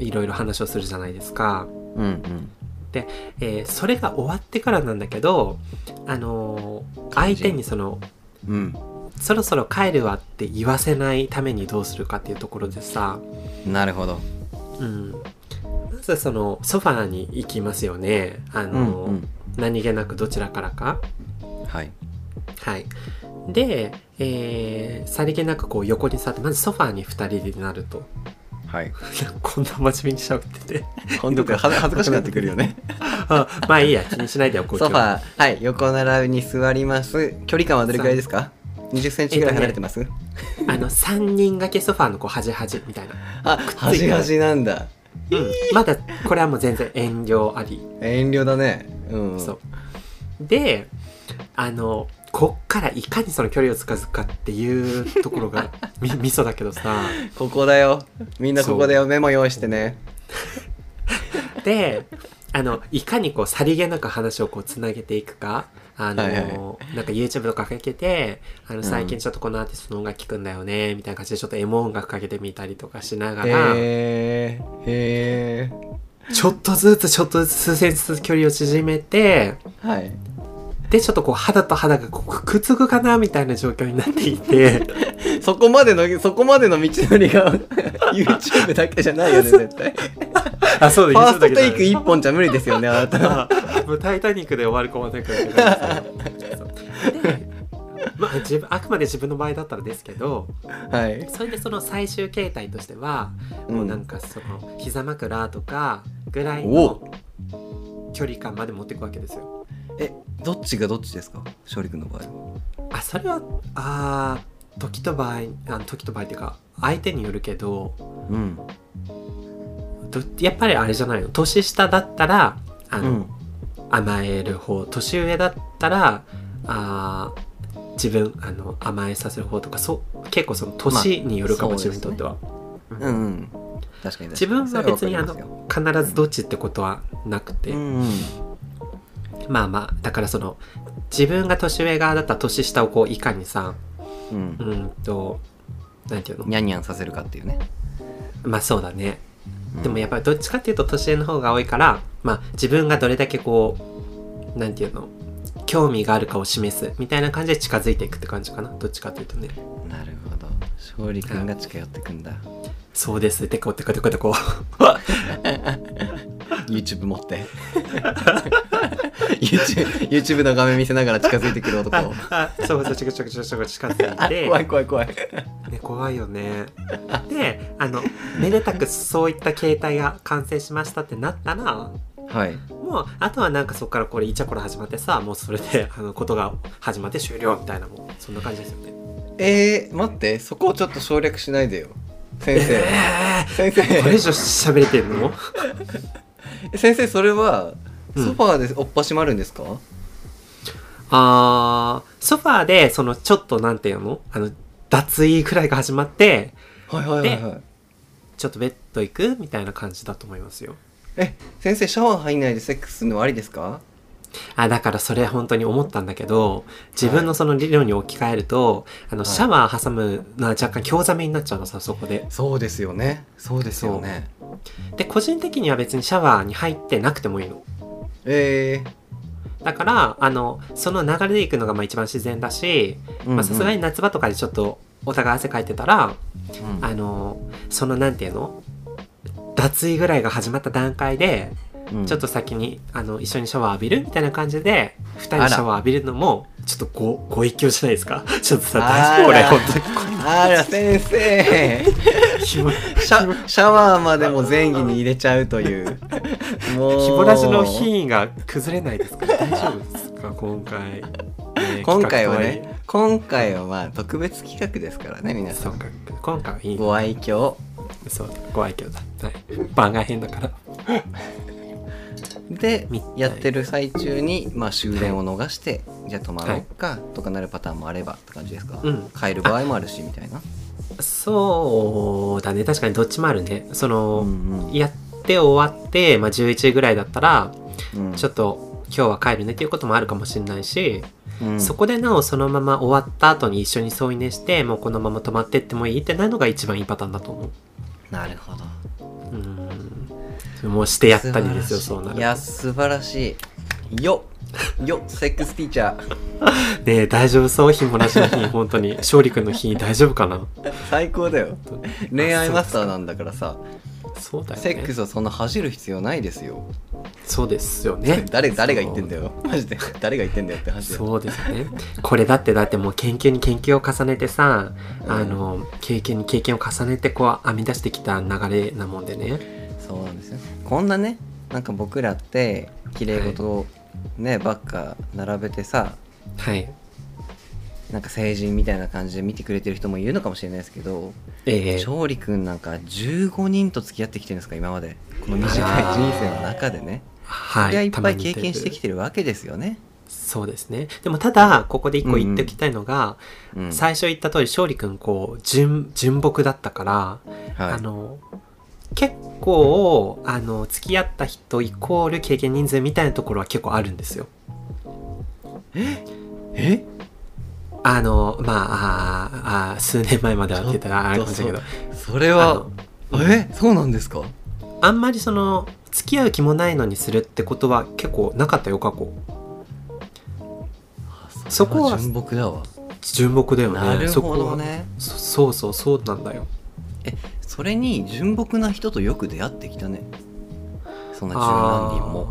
[SPEAKER 21] いろいろ話をするじゃないですか。
[SPEAKER 22] うんうん
[SPEAKER 21] えーそれが終わってからなんだけど、あのー相手にその
[SPEAKER 22] うん
[SPEAKER 21] そろそろ帰るわって言わせないためにどうするかっていうところでさ、
[SPEAKER 22] なるほど
[SPEAKER 21] うん、まずそのソファーに行きますよね、あのー
[SPEAKER 22] うんうん
[SPEAKER 21] 何気なくどちらからか。
[SPEAKER 22] はい
[SPEAKER 21] はい、で、えーさりげなくこう横に座ってまずソファーに2人でなると。
[SPEAKER 22] はい
[SPEAKER 21] こんな真面目にしゃべってて
[SPEAKER 22] [laughs]
[SPEAKER 21] [laughs]
[SPEAKER 22] 今度から恥ずかしくなってくるよね
[SPEAKER 21] あまあいいや気にしないでおこう
[SPEAKER 22] [laughs] ソフ
[SPEAKER 21] 今
[SPEAKER 22] ァーはい横並びに座ります距離感はどれくらいですか2 0ンチぐらい離れてます、
[SPEAKER 21] 日あの3人掛けソファーのこう端端みたいな、
[SPEAKER 22] あ端々なんだ
[SPEAKER 21] うん、まだこれはもう全然遠慮あり
[SPEAKER 22] 遠慮だねうん
[SPEAKER 21] そうであのこっからいかにその距離をつかずかっていうところ
[SPEAKER 22] [laughs]
[SPEAKER 21] がみみそだけどさ
[SPEAKER 22] ここだよみんなここだよメモ用意してね
[SPEAKER 21] であのいかにこうさりげなく話をこうつなげていくかあの、なんか YouTube とかかけて、あの、最近ちょっとこのアーティストの音楽聴くんだよね、みたいな感じでちょっとエモ音楽かけてみたりとかしながら、
[SPEAKER 22] へーへー
[SPEAKER 21] ちょっとずつちょっとずつ数センチずつ距離を縮めて、
[SPEAKER 22] はい。
[SPEAKER 21] で、ちょっとこう肌と肌がこうくっつくかな、みたいな状況になっていて、
[SPEAKER 22] そこまでの、そこまでの道のりが [laughs] YouTube だけじゃないよね、絶対。
[SPEAKER 21] [laughs] あ、そう
[SPEAKER 22] ファーストテイク一本じゃ無理ですよね、あ [laughs] なた。
[SPEAKER 21] もうタイタニックで終わる子までくらいだけどでまあ自分あくまで自分の場合だったらですけど
[SPEAKER 22] はい。
[SPEAKER 21] それでその最終形態としては、
[SPEAKER 22] うん
[SPEAKER 21] もうなんかその膝枕とかぐらいの距離感まで持っていくわけですよ。
[SPEAKER 22] え、どっちがどっちですか勝利君の場合は。
[SPEAKER 21] あそれはあー時と場合あ時と場合っていうか相手によるけど
[SPEAKER 22] うん。
[SPEAKER 21] どやっぱりあれじゃないの年下だったらあ
[SPEAKER 22] う
[SPEAKER 21] の、
[SPEAKER 22] ん。
[SPEAKER 21] 甘える方年上だったらあー自分あの甘えさせる方とかそう結構その年によるかも、
[SPEAKER 22] まあ
[SPEAKER 21] 自分にとっては、
[SPEAKER 22] うんうん。確かに確かに。
[SPEAKER 21] 自分は別にあの
[SPEAKER 22] それはわか
[SPEAKER 21] 必ずどっちってことはなくて、
[SPEAKER 22] りますようんうん。
[SPEAKER 21] まあまあだからその自分が年上側だったら年下をこういかにさ
[SPEAKER 22] う。
[SPEAKER 21] うんんとなんていうの
[SPEAKER 22] ニャンニャンさせるかっていうね。
[SPEAKER 21] まあそうだね、でもやっぱりどっちかっていうと年上の方が多いからまあ自分がどれだけこうなんていうの興味があるかを示すみたいな感じで近づいていくって感じかなどっちかというとね
[SPEAKER 22] なるほど。勝利君が近寄ってくんだ。
[SPEAKER 21] そうですてこてこてこてこ
[SPEAKER 22] [laughs] YouTube 持って。YouTube, YouTube の画面見せながら近づいてくる男。
[SPEAKER 21] あそうそうちょこちょこちょこちょこ近づいて
[SPEAKER 22] [laughs] 怖い怖い怖い。
[SPEAKER 21] ね、怖いよね。であのめでたくそういった形態が完成しましたってなったら
[SPEAKER 22] はい。
[SPEAKER 21] もうあとはなんかそこからこれイチャコラ始まってさもうそれであのことが始まって終了みたいなもうそんな感じですよね。
[SPEAKER 22] えー、待って、そこをちょっと省略しないでよ。先生。先
[SPEAKER 21] これ以
[SPEAKER 22] 生。
[SPEAKER 21] 上喋れてんの
[SPEAKER 22] 先生、それは、
[SPEAKER 21] うん
[SPEAKER 22] ソファーでおっぱしまるんですか、
[SPEAKER 21] あーソファーでそのちょっとなんていうのあの脱衣くらいが始まって
[SPEAKER 22] はいはいはいはい。
[SPEAKER 21] ちょっとベッド行くみたいな感じだと思いますよ。
[SPEAKER 22] え、先生、シャワー入んないでセックスするのはありですか
[SPEAKER 21] あだからそれ本当に思ったんだけど自分のその理論に置き換えると、あのシャワー挟むのは若干興ざめになっちゃうのさそこで
[SPEAKER 22] そうですよね。そうですよね。
[SPEAKER 21] で個人的には別にシャワーに入ってなくてもいいの
[SPEAKER 22] え
[SPEAKER 21] だからあのその流れでいくのがまあ一番自然だし
[SPEAKER 22] ー。
[SPEAKER 21] まあさすが
[SPEAKER 22] に。
[SPEAKER 21] に夏場とかでちょっとお互い汗かいてたら、
[SPEAKER 22] うん
[SPEAKER 21] あのそのなんていうの脱衣ぐらいが始まった段階で、
[SPEAKER 22] うん
[SPEAKER 21] ちょっと先にあの一緒にシャワー浴びるみたいな感じで2人でシャワー浴びるのもちょっとごご一興じゃないですか [laughs] ちょっとさ大丈夫こ
[SPEAKER 22] あ
[SPEAKER 21] れ
[SPEAKER 22] ら
[SPEAKER 21] 本当にこんな
[SPEAKER 22] あら、先生。
[SPEAKER 21] ひぼ
[SPEAKER 22] シャシャワーまでも前儀に入れちゃうという。もう。
[SPEAKER 21] ひぼらじの品位が崩れないですか大丈夫ですか今
[SPEAKER 22] [laughs]
[SPEAKER 21] 回、ね
[SPEAKER 22] 今回
[SPEAKER 21] 企画
[SPEAKER 22] は
[SPEAKER 21] とはい
[SPEAKER 22] ね、今回はまあ特別企画ですからね、皆
[SPEAKER 21] え
[SPEAKER 22] さ。
[SPEAKER 21] そうんか今回はいい
[SPEAKER 22] ご愛嬌。
[SPEAKER 21] そうご愛嬌だ、はい、番外編だから
[SPEAKER 22] で
[SPEAKER 21] み、
[SPEAKER 22] やってる最中に、まあ終電を逃して、じゃあ泊まろうかとかなるパターンもあればって感じですか。
[SPEAKER 21] うん
[SPEAKER 22] 帰る場合もあるし、みたいな。
[SPEAKER 21] そうだね確かにどっちもあるねその、
[SPEAKER 22] うんうん
[SPEAKER 21] やって終わって、まあ、11時ぐらいだったら、
[SPEAKER 22] うん
[SPEAKER 21] ちょっと今日は帰るねっていうこともあるかもしれないし、
[SPEAKER 22] うん
[SPEAKER 21] そこでなおそのまま終わった後に一緒に添い寝してもうこのまま泊まってってもいいってないのが一番いいパターンだと思う
[SPEAKER 22] なるほど。
[SPEAKER 21] うんもうしてやったりですよ
[SPEAKER 22] 素
[SPEAKER 21] そうなる
[SPEAKER 22] 晴らしい
[SPEAKER 21] と
[SPEAKER 22] や、素晴らしい。よよセックスティーチ
[SPEAKER 21] [laughs]
[SPEAKER 22] ャー。
[SPEAKER 21] ねえ大丈夫そうひもなしの日本当に [laughs] 勝利君の日大丈夫かな
[SPEAKER 22] 最高だよ。恋愛マスターなんだからさ、
[SPEAKER 21] そうだよね
[SPEAKER 22] セックスはそんな恥じる必要ないですよ。
[SPEAKER 21] そうですよね
[SPEAKER 22] 誰誰が言ってんだよマジで誰が言ってんだよって話だよ
[SPEAKER 21] そうですね。これだってだってもう研究に研究を重ねてさ、
[SPEAKER 22] うん
[SPEAKER 21] あの経験に経験を重ねてこう編み出してきた流れなもんでね。
[SPEAKER 22] そうなんですよこんなねなんか僕らって綺麗事をね、ばっか並べてさ
[SPEAKER 21] はい。
[SPEAKER 22] なんか成人みたいな感じで見てくれてる人もいるのかもしれないですけど
[SPEAKER 21] ええ
[SPEAKER 22] 勝利君なんか15人と付き合ってきてるんですか今までこの短い人生の中でね
[SPEAKER 21] は
[SPEAKER 22] そりゃいっ
[SPEAKER 21] た
[SPEAKER 22] ぱ
[SPEAKER 21] ま
[SPEAKER 22] い
[SPEAKER 21] に
[SPEAKER 22] 経験してきてるわけですよね
[SPEAKER 21] そうですね。でもただここで一個言っておきたいのが、
[SPEAKER 22] うん
[SPEAKER 21] 最初言った通り勝利くんこう純純朴だったから、
[SPEAKER 22] はい
[SPEAKER 21] あの結構あの付き合った人イコール経験人数みたいなところは結構あるんですよ。ええあのまあああ数年前まではって言ったらあれかもしれないけど
[SPEAKER 22] それはえそうなんですか
[SPEAKER 21] あんまりその付き合う気もないのにするってことは結構なかったよ過去そこは
[SPEAKER 22] 純朴だわ
[SPEAKER 21] 純朴だよね
[SPEAKER 22] なるほど
[SPEAKER 21] ねそそうそうそうなんだよ
[SPEAKER 22] えそれに純朴な人とよく出会ってきたねそんな十何人も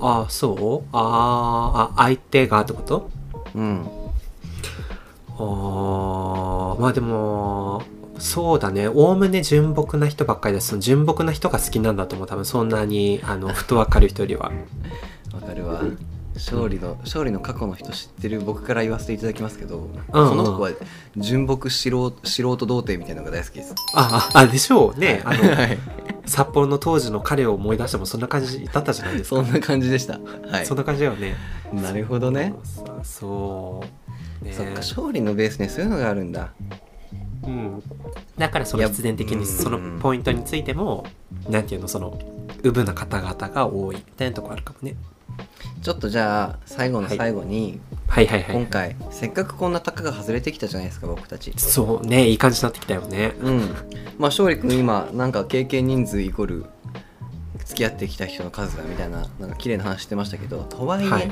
[SPEAKER 21] あ、うん、あそうああ相手がってこと
[SPEAKER 22] うん
[SPEAKER 21] あまあでもそうだねおおむね純朴な人ばっかりだしその純朴な人が好きなんだと思う多分そんなにあ
[SPEAKER 22] [laughs]
[SPEAKER 21] のふと分かる人よりは
[SPEAKER 22] わかるわ勝利の、うん、勝利の過去の人知ってる僕から言わせていただきますけど、うんうん、その子は純朴素人素人童貞みたいなのが大好きです
[SPEAKER 21] ああでしょうねあの、
[SPEAKER 22] [laughs]
[SPEAKER 21] はい、札幌の当時の彼を思い出してもそんな感じだったじゃないですか
[SPEAKER 22] そんな感じでした、はい、
[SPEAKER 21] そんな感じだよね
[SPEAKER 22] なるほどね、
[SPEAKER 21] そう
[SPEAKER 22] ね、そっか勝利のベースにそういうのがあるんだ
[SPEAKER 21] うん、だからその必然的にそのポイントについても、うなんていうのそのうぶな方々が多いみたいなとこあるかもね
[SPEAKER 22] ちょっとじゃあ最後の最後に、
[SPEAKER 21] はい、はいはいはい
[SPEAKER 22] 今回せっかくこんなたかが外れてきたじゃないですか僕たち
[SPEAKER 21] そうねいい感じになってきたよね
[SPEAKER 22] うんまあ勝利君今なんか経験人数イコール付き合ってきた人の数だみたいななんか綺麗な話してましたけどとはいえ、はい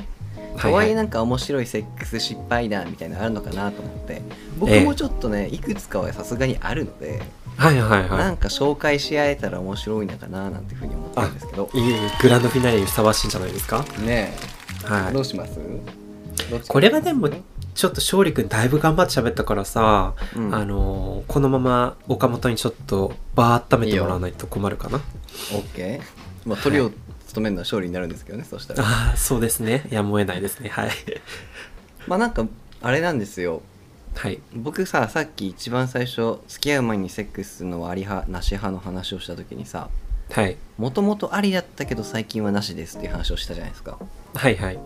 [SPEAKER 22] とはいえなんか面白いセックス失敗談みたいなのあるのかなと思って僕もちょっとね、ええ、いくつかはさすがにあるので、
[SPEAKER 21] はいはいはい、
[SPEAKER 22] なんか紹介し合えたら面白いのかななんていうふうに思ったんですけど
[SPEAKER 21] いいグランドフィナーレにふさわしいんじゃないですか
[SPEAKER 22] ね
[SPEAKER 21] え、はい、
[SPEAKER 22] どうします
[SPEAKER 21] これはでもちょっと勝利君だいぶ頑張って喋ったからさ、うん、あのこのまま岡本にちょっとバー温めてもらわないと困るかな。
[SPEAKER 22] OK。まあ、トリオ、はい務めるのは勝利になるんですけどねそしたら
[SPEAKER 21] ああそうですねやむを得ないですねはい
[SPEAKER 22] まあなんかあれなんですよ
[SPEAKER 21] はい
[SPEAKER 22] 僕ささっき一番最初付き合う前にセックスするのはあり派なし派の話をした時にさ
[SPEAKER 21] はい
[SPEAKER 22] もともとありだったけど最近はなしですっていう話をしたじゃないですか
[SPEAKER 21] はいはい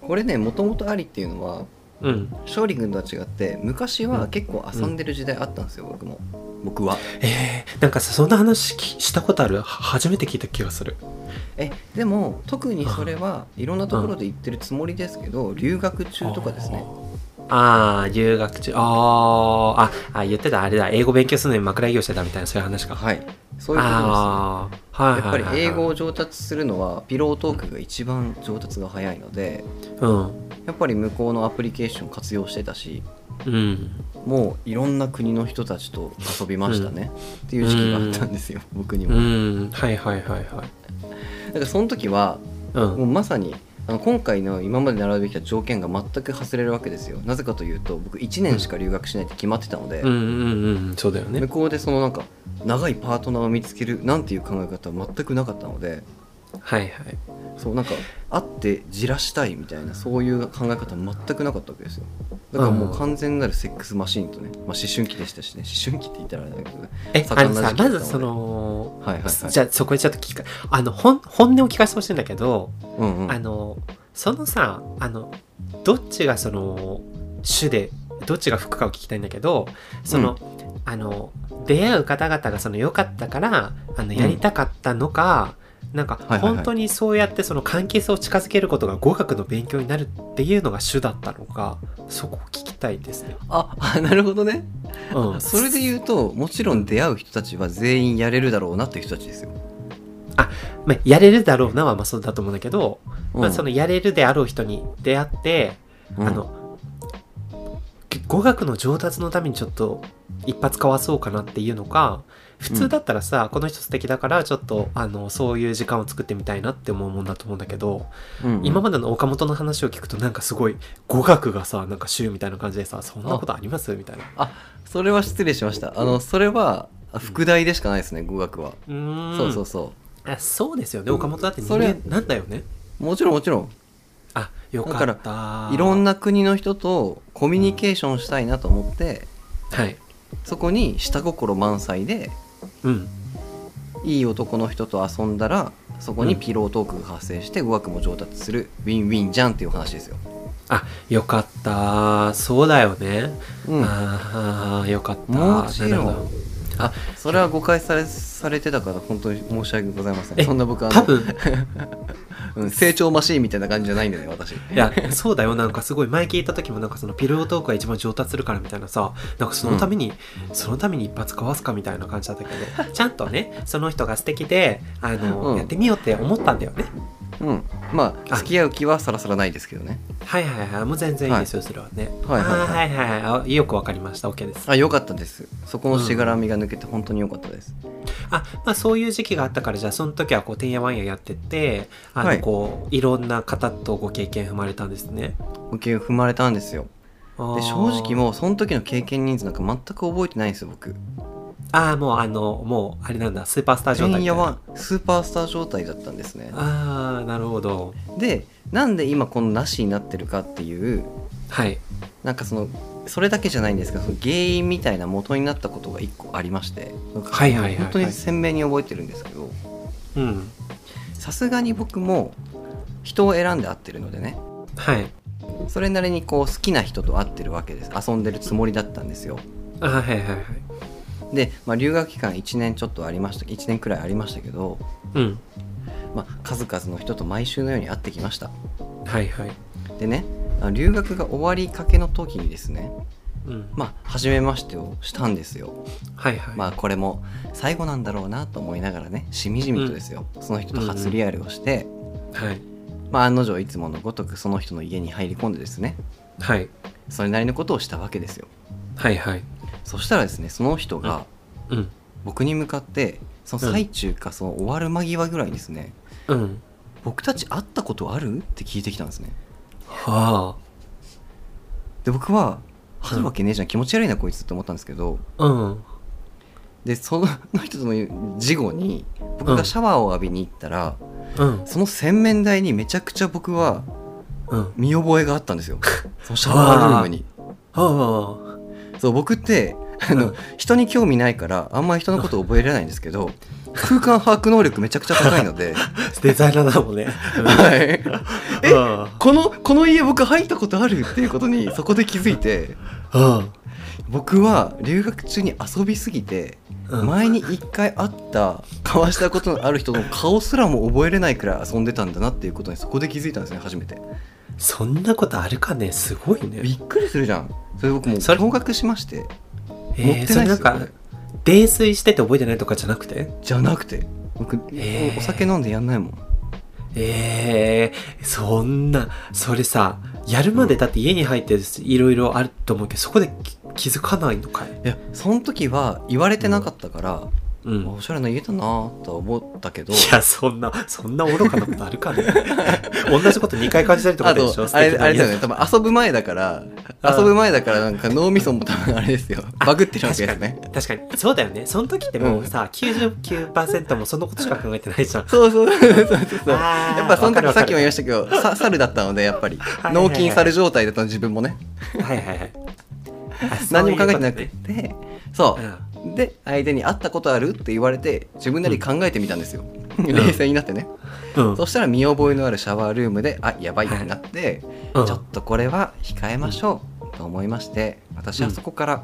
[SPEAKER 22] これねもともとありっていうのは、
[SPEAKER 21] うん、
[SPEAKER 22] 勝利君とは違って昔は結構遊んでる時代あったんですよ、うん、僕も僕は
[SPEAKER 21] えー、なんかさそんな話したことある初めて聞いた気がする
[SPEAKER 22] えでも特にそれはいろんなところで言ってるつもりですけど、うん、留学中とかですね
[SPEAKER 21] ああ留学中あああ言ってたあれだ英語勉強するのに枕営業してたみたいなそういう話か
[SPEAKER 22] はいそういうことです、ね、あはいやっぱり英語を上達するのはピロートークが一番上達が早いので、
[SPEAKER 21] うん、
[SPEAKER 22] やっぱり向こうのアプリケーション活用してたし、
[SPEAKER 21] うん、
[SPEAKER 22] もういろんな国の人たちと遊びましたね、うん、っていう時期があったんですよ、うん、僕にも、
[SPEAKER 21] うん、はいはいはいはい
[SPEAKER 22] だからその時は、もうまさにあの今回の今まで並べてきた条件が全く外れるわけですよなぜかというと僕1年しか留学しないって決まってたので、
[SPEAKER 21] うんうんうんうん、そうだよね
[SPEAKER 22] 向こうでそのなんか長いパートナーを見つけるなんていう考え方は全くなかったので
[SPEAKER 21] はいはい
[SPEAKER 22] そうなんか会ってじらしたいみたいなそういう考え方全くなかったわけですよだからもう完全なるセックスマシーンとね、まあ、思春期でしたしね思春期って言ったらあれだけどね
[SPEAKER 21] えあのさまずその、
[SPEAKER 22] はいはいはい、
[SPEAKER 21] じゃあそこでちょっと聞かあの本本音を聞かせてほしいんだけど、
[SPEAKER 22] うんうん、
[SPEAKER 21] あのそのさあのどっちがその主でどっちが服かを聞きたいんだけどその、うん、あの出会う方々がその良かったからあのやりたかったのか、うんなんか本当にそうやってその関係性を近づけることが語学の勉強になるっていうのが主だったのかそこを聞きたいですね。
[SPEAKER 22] あ [laughs] なるほどね、
[SPEAKER 21] [laughs] うん、
[SPEAKER 22] それで言うともちろん出会う人たちは全員やれるだろうなっていう人たちですよ。
[SPEAKER 21] あまあ、やれるだろうなはまあそうだと思うんだけど、うん、まあ、そのやれるであろう人に出会って、うん、あの語学の上達のためにちょっと一発かわそうかなっていうのか普通だったらさ、うん、この人素敵だからちょっとあのそういう時間を作ってみたいなって思うもんだと思うんだけど、うんうん、今までの岡本の話を聞くとなんかすごい語学がさなんか週みたいな感じでさそんなことありますみたいな
[SPEAKER 22] あそれは失礼しましたあのそれは副題でしかないですね、うん、語学はそうそうそう
[SPEAKER 21] あそうですよね岡本だって人間なんだよね
[SPEAKER 22] もちろんもちろん
[SPEAKER 21] あよかっただ
[SPEAKER 22] からいろんな国の人とコミュニケーションしたいなと思って、
[SPEAKER 21] うん、はい
[SPEAKER 22] そこに下心満載で
[SPEAKER 21] うん、
[SPEAKER 22] いい男の人と遊んだらそこにピロートークが発生して語学も上達する、うん、ウィンウィンじゃんっていう話ですよ
[SPEAKER 21] あよかったそうだよね、
[SPEAKER 22] うん、
[SPEAKER 21] ああよかった
[SPEAKER 22] もちろんあそれは誤解されされてたから本当に申し訳ございませんそんな僕は
[SPEAKER 21] 多分
[SPEAKER 22] [laughs] うん、成長マシーンみたいな感じじゃないんだよね私い
[SPEAKER 21] やそうだよなんかすごい前聞いた時もなんかそのピロートークが一番上達するからみたいなさなんかそのために、うん、そのために一発かわすかみたいな感じだったけど、 [laughs] ね、ちゃんとねその人が素敵であの、うん、やってみようって思ったんだよね
[SPEAKER 22] うんまあ付き合う気はさらさらないですけどね
[SPEAKER 21] はいはいはいもう全然いいですよ、はい、それはねはいはいはいはい、はい、よくわかりました OK です
[SPEAKER 22] あよかったですそこのしがらみが抜けて本当によかったです、うん、
[SPEAKER 21] あまあそういう時期があったからじゃあその時はこうてんやわんややっててあの、はい、こういろんな方とご経験踏まれたんですね
[SPEAKER 22] ご経験踏まれたんですよで正直もうその時の経験人数なんか全く覚えてないんですよ僕
[SPEAKER 21] ああもうあのもうあれなんだスーパースター状態
[SPEAKER 22] みたスーパースター状態だったんですね
[SPEAKER 21] ああなるほど
[SPEAKER 22] でなんで今このなしになってるかっていう
[SPEAKER 21] はい
[SPEAKER 22] なんかそのそれだけじゃないんですけどその原因みたいな元になったことが1個ありまして
[SPEAKER 21] はいはいはい、はい、
[SPEAKER 22] 本当に鮮明に覚えてるんですけど
[SPEAKER 21] うん
[SPEAKER 22] さすがに僕も人を選んで会ってるのでね
[SPEAKER 21] はい
[SPEAKER 22] それなりにこう好きな人と会ってるわけです遊んでるつもりだったんですよ
[SPEAKER 21] あはいはいはい
[SPEAKER 22] で、まあ、留学期間1年ちょっとありました1年くらいありましたけど、
[SPEAKER 21] うん
[SPEAKER 22] まあ、数々の人と毎週のように会ってきました
[SPEAKER 21] はいはい
[SPEAKER 22] でね留学が終わりかけの時にですね、
[SPEAKER 21] うん、
[SPEAKER 22] まあ初めましてをしたんですよ
[SPEAKER 21] はいはい
[SPEAKER 22] まあこれも最後なんだろうなと思いながらねしみじみとですよ、うん、その人と初リアルをして、
[SPEAKER 21] うん、はい
[SPEAKER 22] まあ案の定いつものごとくその人の家に入り込んでですね
[SPEAKER 21] はい
[SPEAKER 22] それなりのことをしたわけですよ
[SPEAKER 21] はいはい
[SPEAKER 22] そしたらですねその人が僕に向かってその最中かその終わる間際ぐらいにですね、
[SPEAKER 21] うん、
[SPEAKER 22] 僕たち会ったことあるって聞いてきたんですね。
[SPEAKER 21] はあ。
[SPEAKER 22] で僕は「あるわけねえじゃん気持ち悪いなこいつ」って思ったんですけど、
[SPEAKER 21] うん、
[SPEAKER 22] でその人との事後に僕がシャワーを浴びに行ったら、
[SPEAKER 21] うん、
[SPEAKER 22] その洗面台にめちゃくちゃ僕は見覚えがあったん [laughs] ですよ、そのシャワールームに。
[SPEAKER 21] はあ
[SPEAKER 22] そう僕ってあの、うん、人に興味ないからあんまり人のこと覚えられないんですけど、うん、空間把握能力めちゃくちゃ高いの [laughs] で
[SPEAKER 21] デザイナーだもんね
[SPEAKER 22] はい [laughs] え、うん、このこの家僕入ったことあるっていうことにそこで気づいて、
[SPEAKER 21] うん、
[SPEAKER 22] 僕は留学中に遊びすぎて、前に一回会った交わしたことのある人の顔すらも覚えれないくらい遊んでたんだなっていうことにそこで気づいたんですね初めて。
[SPEAKER 21] そんなことあるかねすごいね
[SPEAKER 22] びっくりするじゃんそれ僕もう驚愕しまして
[SPEAKER 21] えー、それなんか泥酔してて覚えてないとかじゃなくて
[SPEAKER 22] じゃなくて僕、えー、お酒飲んでやんないもん
[SPEAKER 21] えー、そんなそれさやるまでだって家に入っていろいろあると思うけど、うん、そこで気づかないのかい
[SPEAKER 22] いやその時は言われてなかったから、うん
[SPEAKER 21] うん、
[SPEAKER 22] おしゃれな家だなとは思ったけど
[SPEAKER 21] いやそんなそんな愚かなことあるかね [laughs] 同じこと2回感じたりとかでしょ
[SPEAKER 22] あれあれだよね多分遊ぶ前だから遊ぶ前だからなんか脳みそも [laughs] 多分あれですよバグってるわけですね
[SPEAKER 21] 確かにそうだよねその時ってもうさ、うん、99%もそのことしか考えてないじゃん
[SPEAKER 22] [laughs] そうそうそうそうそうやっぱその時さっきも言いましたけどさ猿だったのでやっぱり脳筋猿状態だったの自分もね
[SPEAKER 21] はいはいはい
[SPEAKER 22] 何も考えてなくてそう、で相手に会ったことあるって言われて自分なり考えてみたんですよ、うん、冷静になってね、
[SPEAKER 21] うん、
[SPEAKER 22] そしたら見覚えのあるシャワールームであやばいってなって、はいうん、ちょっとこれは控えましょうと思いまして私はそこから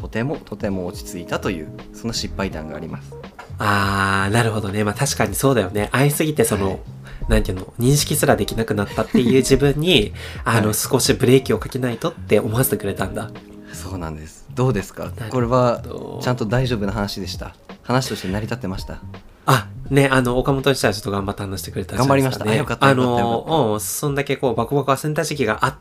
[SPEAKER 22] とてもとても落ち着いたというそんな失敗談があります
[SPEAKER 21] あーなるほどねまあ確かにそうだよね会いすぎてその、はいなんていうの、認識すらできなくなった
[SPEAKER 22] [laughs]
[SPEAKER 21] っていう自分に、あの、少しブレーキをかけないとって思わせてくれたんだ。
[SPEAKER 22] そうなんです。どうですかこれは、ちゃんと大丈夫な話でした。話として成り立ってました。
[SPEAKER 21] あ、ね、あの、岡本自体はちょっと頑張って話してくれた、
[SPEAKER 22] ね、頑張りました。よかった。
[SPEAKER 21] あの、うん、そんだけこう、バコバコ遊んだ時期があっ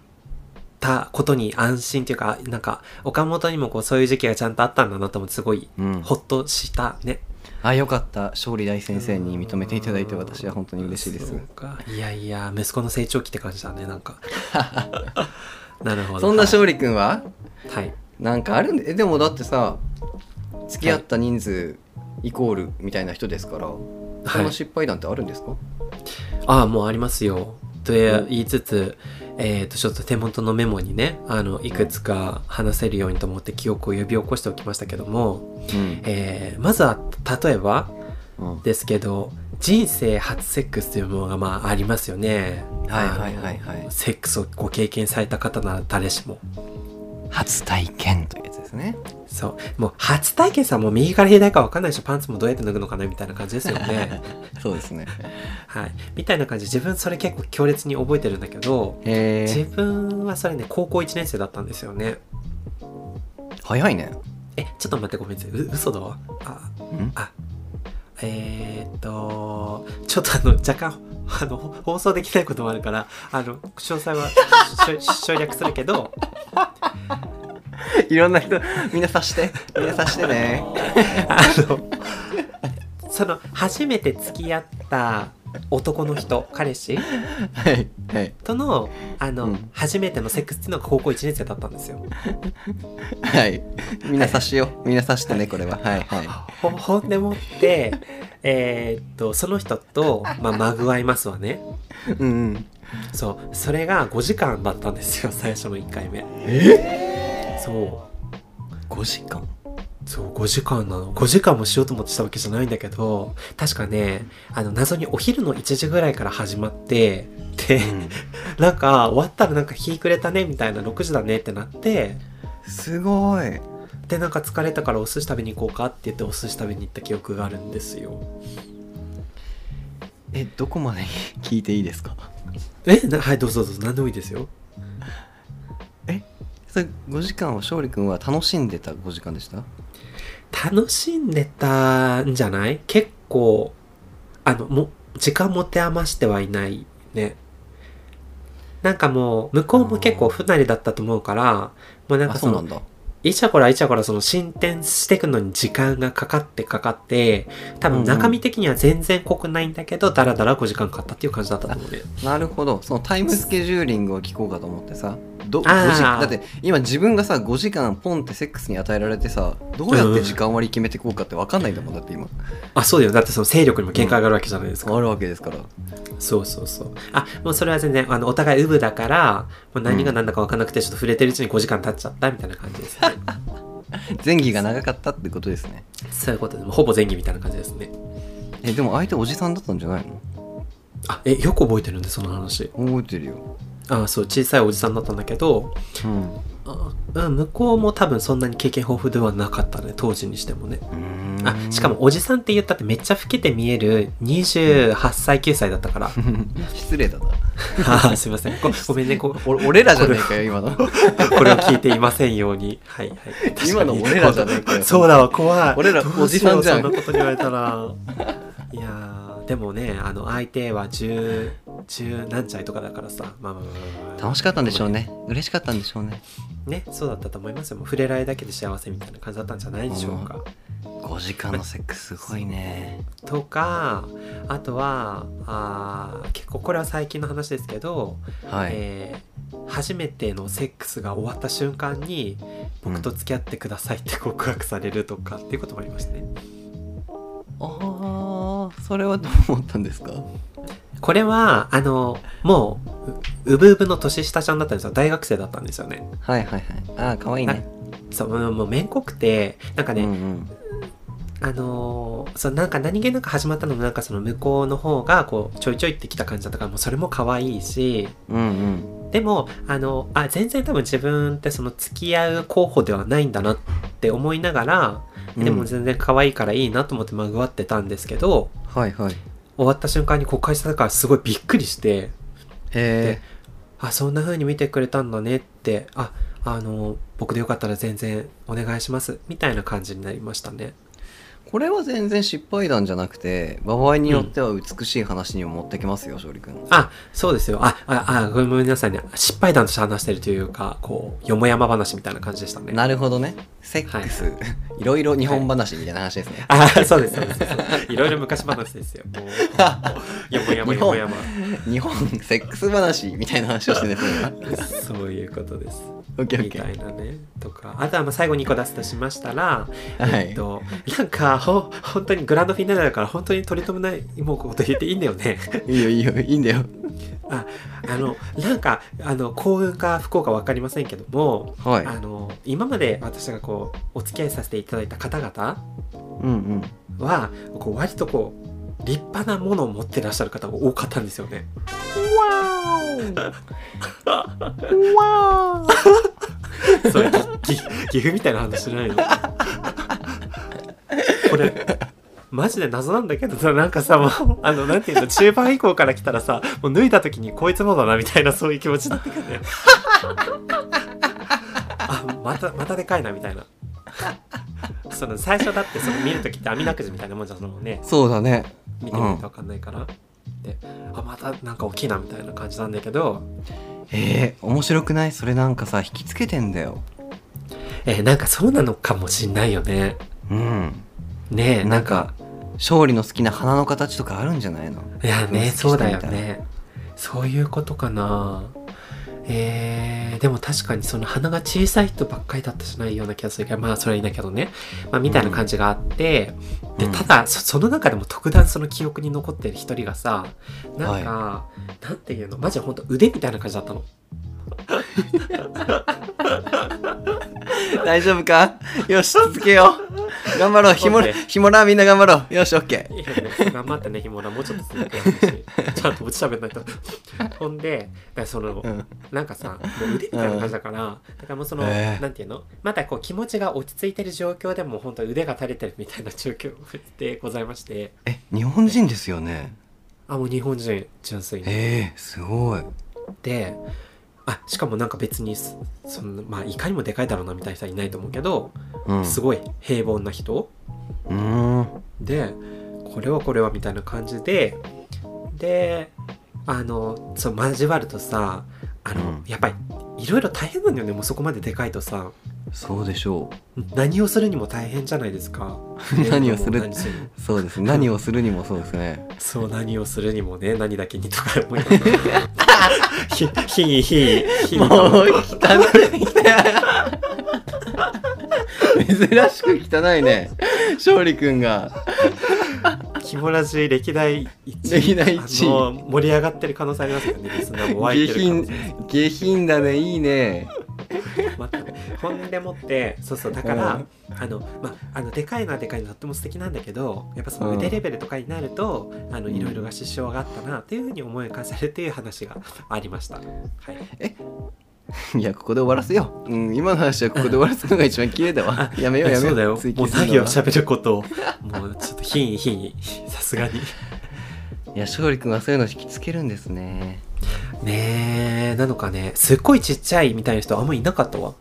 [SPEAKER 21] たことに安心というか、なんか、岡本にもこう、そういう時期がちゃんとあったんだなと思って、すごい、うん、ほっとしたね。
[SPEAKER 22] あよかった勝利大先生に認めていただいて私は本当に嬉しいです
[SPEAKER 21] いやいや息子の成長期って感じだねなん
[SPEAKER 22] [laughs]
[SPEAKER 21] かなるほど
[SPEAKER 22] そんな勝利君は
[SPEAKER 21] はい
[SPEAKER 22] なんかあるんででもだってさ付き合った人数イコールみたいな人ですから、はい、その失敗談ってあるんですか、はい、
[SPEAKER 21] ああもうありますよと言いつつ、えー、とちょっと手元のメモにねあのいくつか話せるようにと思って記憶を呼び起こしておきましたけども、
[SPEAKER 22] うん、
[SPEAKER 21] えー、まずは例えばですけど、うん、人生初セックスというものがまあありますよね。
[SPEAKER 22] はいはいはいはい、
[SPEAKER 21] セックスをご経験された方なら誰しも。
[SPEAKER 22] 初体験というやつですね
[SPEAKER 21] そうもう初体験さもう右から左か分かんないしパンツもどうやって脱ぐのかなみたいな感じですよね
[SPEAKER 22] そうです [laughs] ね
[SPEAKER 21] はいみたいな感じで自分それ結構強烈に覚えてるんだけど自分はそれね高校1年生だったんですよね
[SPEAKER 22] 早いね
[SPEAKER 21] えちょっと待ってごめんなさいう嘘だわああえー、っとちょっとあの若干あの放送できないこともあるからあの詳細は省略するけど
[SPEAKER 22] [laughs] いろんな人みんな察してみんな察してね
[SPEAKER 21] あのその初めて付き合った男の人彼氏、
[SPEAKER 22] はいはい、
[SPEAKER 21] とのあの、うん、初めてのセックスっていうのが高校1年生だったんですよ
[SPEAKER 22] はいみんな察しよう、はい、みんな察してねこれははいはい
[SPEAKER 21] ほんでも [laughs] ってえー、っとその人と、まあ、まぐわいますわね
[SPEAKER 22] うん、
[SPEAKER 21] そうそれが5時間だったんですよ最初の1回目
[SPEAKER 22] え
[SPEAKER 21] そう
[SPEAKER 22] 5時間
[SPEAKER 21] そう5時間なの5時間もしようと思ってたわけじゃないんだけど確かねあの謎にお昼の1時ぐらいから始まってで、うん、なんか終わったらなんか日暮れたねみたいな6時だねってなって
[SPEAKER 22] すごい
[SPEAKER 21] でなんか疲れたからお寿司食べに行こうかって言ってお寿司食べに行った記憶があるんですよ
[SPEAKER 22] えどこまで聞いていいですか
[SPEAKER 21] えはいどうぞどうぞ何でもいいですよ
[SPEAKER 22] えそれ5時間を勝利君は楽しんでた5時間でした
[SPEAKER 21] 楽しんでたんじゃない結構あのも時間持て余してはいないねなんかもう向こうも結構不慣れだったと思うからもうなんか
[SPEAKER 22] そうなんだ
[SPEAKER 21] いちゃこらいちゃこらその進展してくのに時間がかかってかかって多分中身的には全然濃くないんだけど、うんうん、だらだら5時間かかったっていう感じだったと思うね
[SPEAKER 22] なるほどそのタイムスケジューリングを聞こうかと思ってさど5時だって今自分がさ5時間ポンってセックスに与えられてさどうやって時間割り決めていこうかって分かんないんだもんだって今、うん、
[SPEAKER 21] あそうだよだってその勢力にも限界があるわけじゃないですか、
[SPEAKER 22] うん、あるわけですから
[SPEAKER 21] そうそうそうあもうそれは全然あのお互いウブだからもう何が何だか分かんなくてちょっと触れてるうちに5時間経っちゃったみたいな感じですね
[SPEAKER 22] 前儀が長かったってことですね
[SPEAKER 21] そういうことでほぼ前儀みたいな感じですね
[SPEAKER 22] えでも相手おじさんだったんじゃないの
[SPEAKER 21] あえよく覚えてるんでその話
[SPEAKER 22] 覚えてるよ
[SPEAKER 21] あそう小さいおじさんだったんだけど、うん、向こうも多分そんなに経験豊富ではなかったね当時にしてもねあしかもおじさんって言ったってめっちゃ老けて見える28歳9歳だったから
[SPEAKER 22] [laughs]
[SPEAKER 21] [laughs]
[SPEAKER 22] 失礼だな
[SPEAKER 21] あすいませんごめんね
[SPEAKER 22] 俺らじゃねえかよ今の
[SPEAKER 21] これを聞いていませんようにはいはい
[SPEAKER 22] 今の俺らじゃねえかよ
[SPEAKER 21] そうだわ怖い
[SPEAKER 22] 俺らおじさんじゃん
[SPEAKER 21] そんなこと言われたらいやでもねあの相手は十十何歳とかだからさ、まあ、まあまあま
[SPEAKER 22] あ、楽しかったんでしょうね嬉しかったんでしょうね
[SPEAKER 21] ねそうだったと思いますよもう触れられだけで幸せみたいな感じだったんじゃないでしょうか
[SPEAKER 22] 5時間のセックスすごいね
[SPEAKER 21] とかあとはあ結構これは最近の話ですけど、
[SPEAKER 22] はい
[SPEAKER 21] えー、初めてのセックスが終わった瞬間に僕と付き合ってくださいって [laughs] 告白されるとかっていうこともありましたね、
[SPEAKER 22] ああそれはどう思ったんですか
[SPEAKER 21] これはあのもううぶうぶの年下ちゃんだったんですよ大学生だったんですよね
[SPEAKER 22] はいはいはいああかわいいね
[SPEAKER 21] そうもう面濃くてなんかね、うんうんあのー、そうなんか何気なく始まったのもなんかその向こうの方がこうちょいちょいってきた感じだったからもうそれも可愛いし、
[SPEAKER 22] うんうん、
[SPEAKER 21] でもあのあ全然多分自分ってその付き合う候補ではないんだなって思いながらでも全然可愛いからいいなと思ってまぐわってたんですけど、
[SPEAKER 22] うん、はいはい、
[SPEAKER 21] 終わった瞬間に公開したからすごいびっくりして
[SPEAKER 22] へ
[SPEAKER 21] あそんな風に見てくれたんだねってああのー、僕でよかったら全然お願いしますみたいな感じになりましたね。
[SPEAKER 22] これは全然失敗談じゃなくて場合によっては美しい話にも持ってきますよ、勝、う、利、ん、君
[SPEAKER 21] あそうですよあああごめんなさいね失敗談として話してるというかこうよもやま話みたいな感じでしたね
[SPEAKER 22] なるほどねセックス、はい、 [laughs] いろいろ日本話みたいな話ですね、
[SPEAKER 21] はい、あそうですそうですいろいろ昔話ですよもう
[SPEAKER 22] [laughs]
[SPEAKER 21] よもやまよもやま
[SPEAKER 22] 日本セックス話みたいな話をしてるん [laughs]
[SPEAKER 21] ですそういうことです
[SPEAKER 22] オッケーオッケ
[SPEAKER 21] ーみたいなねとかあとはまあ最後に1個出すとしましたら、はい、えっとなんかほ本当にグランドフィナーレだから本当に取り留めないもうこと言っていいんだよ
[SPEAKER 22] [laughs]
[SPEAKER 21] ね
[SPEAKER 22] いいよいいよいいんだよ
[SPEAKER 21] ああのなんかあの幸運か不幸か分かりませんけども、
[SPEAKER 22] はい、
[SPEAKER 21] あの今まで私がこうお付き合いさせていただいた方々は、うんうん、こう割とこう立派なものを持ってらっしゃる方が多かったんですよね。
[SPEAKER 22] わーわー
[SPEAKER 21] それ岐岐岐阜みたいな話じゃないのこれマジで謎なんだけどさなんかさもうあのなんていうの中盤以降から来たらさもう脱いだ時にこいつもだなみたいなそういう気持ちになってくるねあまたまたでかいなみたいなその最初だってその見る時って網だくじみたいなもんじゃんそのね
[SPEAKER 22] そうだね
[SPEAKER 21] 見てみると分かんないから、であまたなんか大きいなみたいな感じなんだけど
[SPEAKER 22] えー、面白くないそれなんかさ引きつけてんだよ
[SPEAKER 21] えー、なんかそうなのかもしんないよね
[SPEAKER 22] うん
[SPEAKER 21] ねえ
[SPEAKER 22] なんか勝利の好きな花の形とかあるんじゃないの
[SPEAKER 21] いやねそうだよねそういうことかなえー、でも確かにその鼻が小さい人ばっかりだったじゃないような気がするけどまあそれはいいんだけどね、まあ、みたいな感じがあって、うん、でただそその中でも特段その記憶に残ってる一人がさなんか、はい、なんていうのマジほんと腕みたいな感じだったの。
[SPEAKER 22] [laughs] 大丈夫かよし続けよう頑張ろうひもひもらみんな頑張ろうよしオッケ
[SPEAKER 21] ー頑張ってねひもらもうちょっと続けようちゃんと落ちしゃべんないとほんでその、うん、なんかさもう腕みたいな感じだから、うん、だからもうその、えー、なんていうのまだこう気持ちが落ち着いてる状況でも本当腕が垂れてるみたいな状況でございまして
[SPEAKER 22] え日本人ですよね
[SPEAKER 21] あもう日本人純粋に
[SPEAKER 22] えー、すごい
[SPEAKER 21] であしかもなんか別にそのまあいかにもでかいだろうなみたいな人はいないと思うけど、うん、すごい平凡な人、
[SPEAKER 22] うん、
[SPEAKER 21] でこれはこれはみたいな感じでであのそう交わるとさあの、うん、やっぱりいろいろ大変なんだよねもうそこまででかいとさ
[SPEAKER 22] そうでしょ
[SPEAKER 21] う何をするにも大変じゃないですか
[SPEAKER 22] [laughs] 何をするそうです何をするにもそうですね
[SPEAKER 21] そう何をするにもね何だけにとか
[SPEAKER 22] [laughs]
[SPEAKER 21] 思いながら。ひ、ひ、ひ、ひ、
[SPEAKER 22] もう、汚い。 [laughs] 珍しく汚いね。勝利くんが。
[SPEAKER 21] キモラジ歴代1
[SPEAKER 22] 歴代1
[SPEAKER 21] 位。盛り上がってる可能性ありますよね。リスナーも湧
[SPEAKER 22] いてる下品、下品だね。いいね。
[SPEAKER 21] また、ほんでもってそうそうだから、うん、あのまあのでかいのはでかいのとっても素敵なんだけどやっぱその腕レベルとかになると、うん、あのいろいろが支障があったなっていうふうに思い浮かされていう話がありました。はい、
[SPEAKER 22] え [laughs] いやここで終わらせよう、うん、今の話はここで終わらすのが一番綺麗だ [laughs] わやめようやめようそう
[SPEAKER 21] だよもう作業しゃべることをもうちょっと品位品位さすがに
[SPEAKER 22] いや勝利君はそういうの引きつけるんですね
[SPEAKER 21] ねえなのかねすっごいちっちゃいみたいな人あんまいなかったわ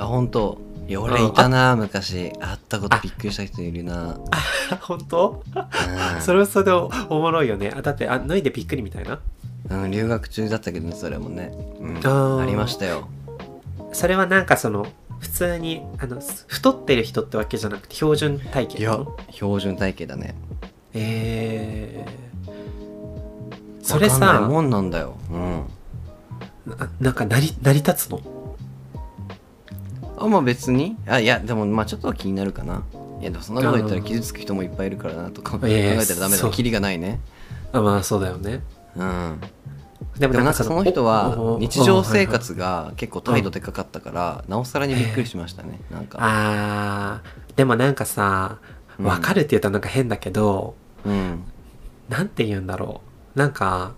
[SPEAKER 22] あ本当いや俺いたな昔会ったことびっくりした人いるな
[SPEAKER 21] あ [laughs] 本当、うん、それはそれでおもろいよねあだってあ脱いでびっくりみたいな
[SPEAKER 22] うん留学中だったけどねそれもね、うん、あありましたよ
[SPEAKER 21] それはなんかその普通にあの太ってる人ってわけじゃなくて標準体型い
[SPEAKER 22] や標準体型だね
[SPEAKER 21] えー、それさ
[SPEAKER 22] もんなんだよ、うん、
[SPEAKER 21] ななんか成り成り立つの
[SPEAKER 22] あまあ別にあいやでもまあちょっとは気になるかないやでもそんなこと言ったら傷つく人もいっぱいいるからなとか考えたらダメだキリがないね
[SPEAKER 21] あまあそうだよね
[SPEAKER 22] うんでもなんかその人は日常生活が結構態度でかかったからなおさらにびっくりしましたね、えー、なんか
[SPEAKER 21] あでもなんかさ分かるって言ったらなんか変だけど、
[SPEAKER 22] うん、
[SPEAKER 21] なんて言うんだろうなんか、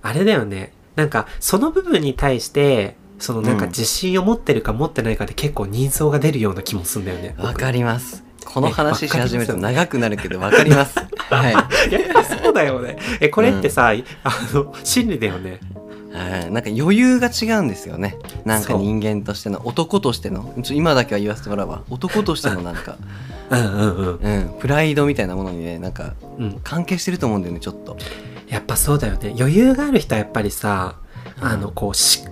[SPEAKER 21] あれだよね。なんか、その部分に対して、そのなんか自信を持ってるか持ってないかで結構人相が出るような気もするんだよね。。
[SPEAKER 22] わ、うん、かります。この話し始めると長くなるけどわかります。 [laughs] は
[SPEAKER 21] [laughs]
[SPEAKER 22] い
[SPEAKER 21] やっぱそうだよね。え、これってさ、うん、あの、心理だよね。
[SPEAKER 22] はい、なんか余裕が違うんですよねなんか人間としての男としての今だけは言わせてもらうわ男としてのなん [laughs] か、
[SPEAKER 21] うんうんうん、うん
[SPEAKER 22] プライドみたいなものにねなんか関係してると思うんだよねちょっと。
[SPEAKER 21] やっぱそうだよね余裕がある人はやっぱりさ、うん、あのこうし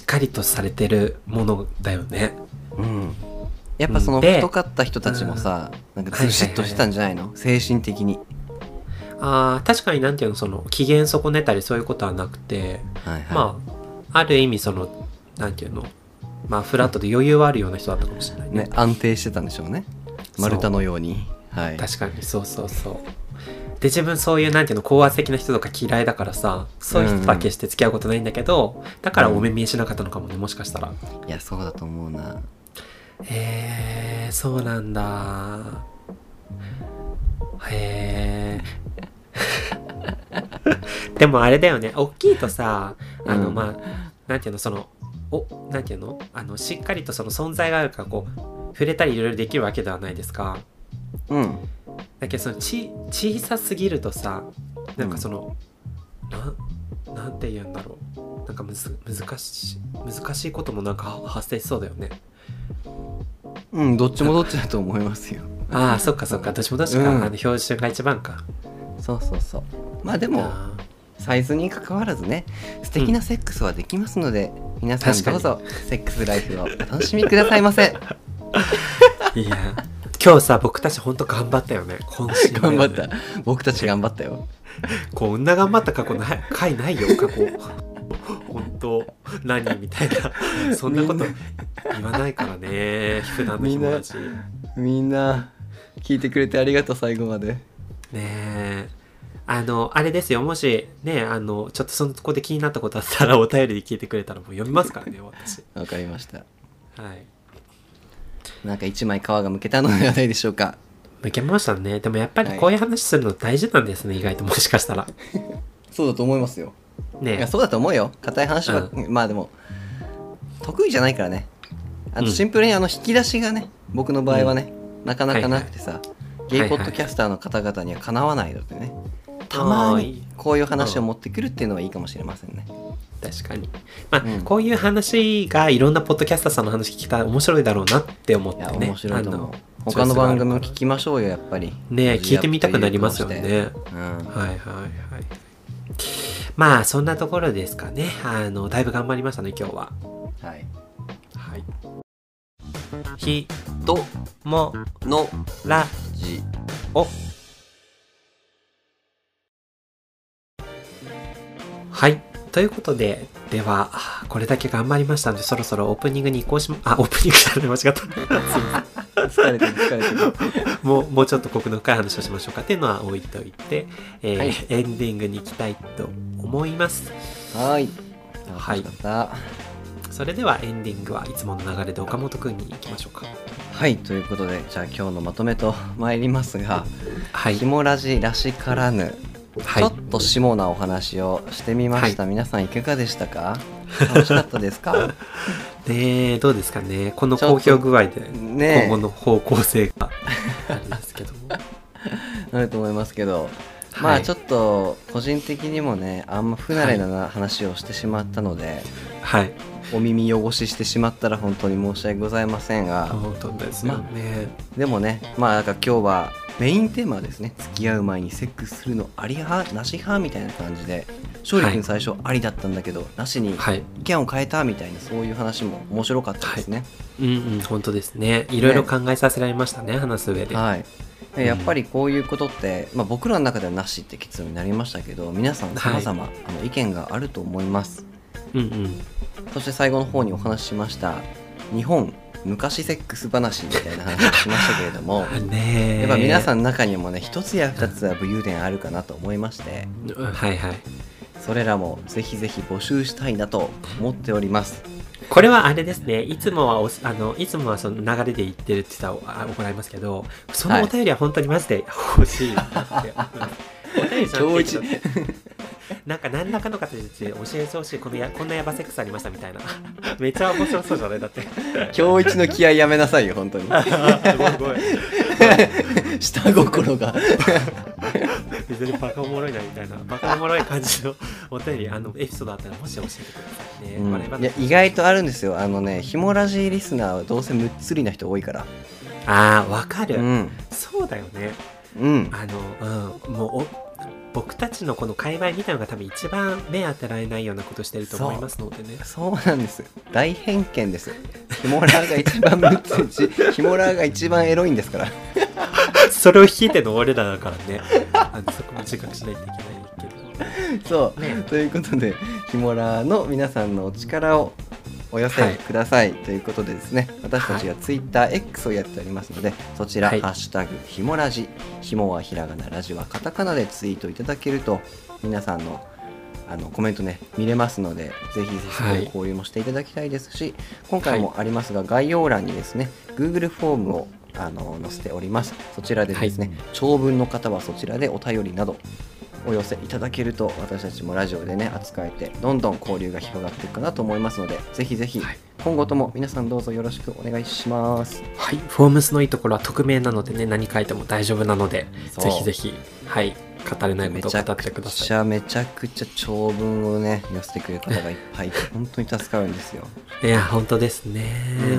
[SPEAKER 21] っかりとされてるものだよね
[SPEAKER 22] うんやっぱその太かった人たちもさ、うん、なんかずしっとしてたんじゃないの、はいはいはい、精神的に
[SPEAKER 21] あ確かになんていうのその機嫌損ねたりそういうことはなくて、
[SPEAKER 22] はいはい、
[SPEAKER 21] まあある意味そのなんていうのまあフラットで余裕はあるような人だったかもしれないね、
[SPEAKER 22] ね、安定してたんでしょうね丸太のようにはい
[SPEAKER 21] 確かにそうそうそうで自分そういうなんていうの高圧的な人とか嫌いだからさそういう人とは決して付き合うことないんだけど、うんうん、だからお目見えしなかったのかもねもしかしたら
[SPEAKER 22] いやそうだと思うな
[SPEAKER 21] へえー、そうなんだへえ [laughs] ー、でもあれだよね大きいとさあの、うん、まあなんていうのそのおなんていうのあのしっかりとその存在があるからこう触れたりいろいろできるわけではないですか。
[SPEAKER 22] うん、
[SPEAKER 21] だけどそのち小さすぎるとさなんかその、うん、ななんて言うんだろうなんかむず難しい難しいこともなんか発生しそうだよね。
[SPEAKER 22] うんどっちもどっちだと思いますよ。
[SPEAKER 21] ああそっかそっかどっちもどっちか、うん、あの標準が一番か。
[SPEAKER 22] そうそうそうまあでもサイズに関わらずね素敵なセックスはできますので、うん、皆さんどうぞセックスライフをお楽しみくださいま [laughs] せ
[SPEAKER 21] いや [laughs] 今日さ僕たちほんと頑張ったよね今週、ね、
[SPEAKER 22] 頑張った僕たち頑張ったよ
[SPEAKER 21] こんな頑張った過去ない回ないよ過去本当何みたいなそんなこと言わないからね普段の友達
[SPEAKER 22] みんな聞いてくれてありがとう最後まで
[SPEAKER 21] ねえあの、あれですよ、もし、ね、あの、ちょっとそのとこで気になったことあったら、お便りで聞いてくれたら、もう読みますからね、私。
[SPEAKER 22] わかりました。
[SPEAKER 21] はい。
[SPEAKER 22] なんか一枚皮がむけたのではないでしょうか。
[SPEAKER 21] むけましたね。でもやっぱりこういう話するの大事なんですね、はい、意外ともしかしたら。
[SPEAKER 22] そうだと思いますよ。
[SPEAKER 21] ね
[SPEAKER 22] いや、そうだと思うよ。硬い話は、うん、まあでも、得意じゃないからね。あの、シンプルにあの、引き出しがね、うん、僕の場合はね、うん、なかなかなくてさ、はいはい、ゲイポッドキャスターの方々にはかなわないのでね。はいはいたまにこういう話を持ってくるっていうのはいいかもしれませんね。
[SPEAKER 21] 確かに。まあ、うん、こういう話がいろんなポッドキャスターさんの話聞きたら面白いだろうなって思ってね。
[SPEAKER 22] 面白いと思他の番組も聞きましょうよ、やっぱり。
[SPEAKER 21] ね聞いてみたくなりますよね。うん、はいはいはい。まあ、そんなところですかね。あの、だいぶ頑張りましたね、今日は。
[SPEAKER 22] はい。
[SPEAKER 21] はい。
[SPEAKER 22] ひとものラジオ。
[SPEAKER 21] はい。ということで、では、これだけ頑張りましたので、そろそろオープニングに移行しま、あ、オープニングじゃない、間違
[SPEAKER 22] った。疲れてる、疲れ
[SPEAKER 21] てる。 [laughs] もう、もうちょっと国の深い話をしましょうかっていうのは置いといて、えー、はい、エンディングに行きたいと思います。
[SPEAKER 22] はい。
[SPEAKER 21] はい。それではエンディングはいつもの流れで岡本くんに行きましょうか。
[SPEAKER 22] はい、ということで、じゃあ今日のまとめと参りますが、
[SPEAKER 21] はい。
[SPEAKER 22] ひもらじらしからぬ。ちょっと下なお話をしてみました、はい、皆さんいかがでしたか楽しかったですか
[SPEAKER 21] ねどうですかねこの好評具合で今後の方向性があれですけども
[SPEAKER 22] なると思いますけど、はい、まあちょっと個人的にもねあんま不慣れな話をしてしまったので、
[SPEAKER 21] はい、
[SPEAKER 22] お耳汚ししてしまったら本当に申し訳ございませんが
[SPEAKER 21] 本当ですね、ま
[SPEAKER 22] あ、でもねまあなんか今日はメインテーマはですね付き合う前にセックスするのあり派なし派みたいな感じで勝利君最初ありだったんだけど、はい、なしに意見を変えたみたいなそういう話も面白かったですね、
[SPEAKER 21] はい、うんうん本当ですねいろいろ考えさせられましたね、ね、話す上で
[SPEAKER 22] はいやっぱりこういうことって、まあ、僕らの中ではなしって結論になりましたけど皆さん様々、はい、あの意見があると思います、
[SPEAKER 21] うんうん、
[SPEAKER 22] そして最後の方にお話ししました日本昔セックス話みたいな話をしましたけれど [laughs] も
[SPEAKER 21] ね
[SPEAKER 22] やっぱ皆さんの中にもね一つや二つは武勇伝あるかなと思いまして、
[SPEAKER 21] うん、はいはい
[SPEAKER 22] それらもぜひぜひ募集したいなと思っており [laughs] ます
[SPEAKER 21] これはあれですねいつもはおあのいつもはその流れで言ってるって言ったら行いますけどそのお便りは本当にマジで欲しいなって、はい、お便りじゃなくてなんか何らかの形で教えてほしいこのやこんなヤバセックスありましたみたいなめちゃ面白そうじゃないだ [laughs] って
[SPEAKER 22] 今日一の気合やめなさいよ本当にす
[SPEAKER 21] ごい
[SPEAKER 22] [laughs] 下心が、
[SPEAKER 21] 別にバカおもろいなみたいなバカおもろい感じのお便りあのエピソードあったらもし教えてくださいね、うん
[SPEAKER 22] いや意外とあるんですよあのねひもラジリスナーはどうせむっつりな人多いから
[SPEAKER 21] あーわかる、
[SPEAKER 22] うん、
[SPEAKER 21] そうだよね
[SPEAKER 22] うん
[SPEAKER 21] あの、うん、もう僕たちのこの界隈みたいのが多分一番目当てられないようなことしてると思いますのでね
[SPEAKER 22] そうなんです大偏見ですヒモラーが一番むっつり [laughs] ヒモラーが一番エロいんですから
[SPEAKER 21] [laughs] それを引いての俺らだからねあのそこも自覚しないといけない
[SPEAKER 22] けどそう、ね、ということでヒモラーの皆さんのお力をお寄せください、はい、ということでですね私たちが TwitterX をやっておりますので、はい、そちら、はい、ハッシュタグひもラジ」ひもはひらがなラジはカタカナでツイートいただけると皆さんのあのコメントね見れますのでぜひぜひ交流もしていただきたいですし、今回もありますが概要欄にですね Google フォームをあの載せておりますそちらでですね、長文の方はそちらでお便りなどお寄せいただけると私たちもラジオでね扱えてどんどん交流が広がっていくかなと思いますのでぜひぜひ今後とも皆さんどうぞよろしくお願いします
[SPEAKER 21] はいフォームスのいいところは匿名なのでね何書いても大丈夫なので
[SPEAKER 22] そう
[SPEAKER 21] ぜひぜひはい語れないことを語ってくだ
[SPEAKER 22] め
[SPEAKER 21] さい
[SPEAKER 22] ちゃめちゃくちゃ長文をね寄せてくれる方がいっぱ
[SPEAKER 21] [laughs]
[SPEAKER 22] いいて本当に助かるんですよ
[SPEAKER 21] いや本当ですねう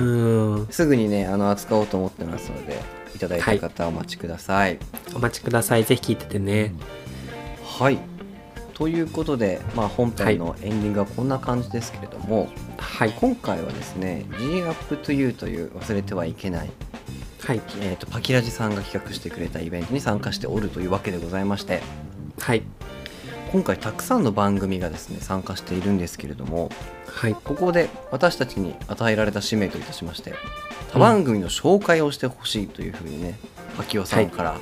[SPEAKER 21] ん
[SPEAKER 22] すぐにねあの扱おうと思ってますのでいただいた方はお待ちください
[SPEAKER 21] お待ちくださいぜひ聞いててね
[SPEAKER 22] はい、ということで、まあ、本編のエンディングはこんな感じですけれども、
[SPEAKER 21] はい、
[SPEAKER 22] 今回はですね「GUPTOYOU」という忘れてはいけない、
[SPEAKER 21] はい
[SPEAKER 22] えー、とパキラジさんが企画してくれたイベントに参加しておるというわけでございまして、
[SPEAKER 21] はい、
[SPEAKER 22] 今回たくさんの番組がですね参加しているんですけれども、
[SPEAKER 21] はい、
[SPEAKER 22] ここで私たちに与えられた使命といたしまして他番組の紹介をしてほしいというふうにね、パキオさんから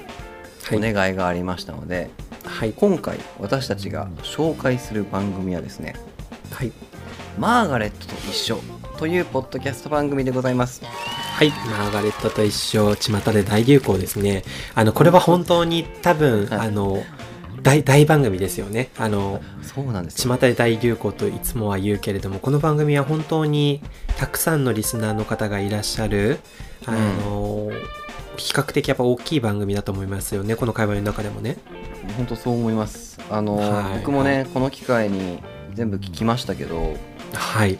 [SPEAKER 22] お願いがありましたので。
[SPEAKER 21] はい、
[SPEAKER 22] 今回私たちが紹介する番組はですね「
[SPEAKER 21] はい、
[SPEAKER 22] マーガレットと一緒」というポッドキャスト番組でございます。
[SPEAKER 21] はい、マーガレットと一緒、巷で大流行ですね。あの、これは本当に多分、あの、大、大番組ですよね。あの、
[SPEAKER 22] そうなんです
[SPEAKER 21] 巷で大流行といつもは言うけれども、この番組は本当にたくさんのリスナーの方がいらっしゃる、あの、比較的やっぱ大きい番組だと思いますよね、この会話の中でもね。
[SPEAKER 22] 本当そう思いますあの、
[SPEAKER 21] はい
[SPEAKER 22] 僕もねこの機会に全部聞きましたけど
[SPEAKER 21] はい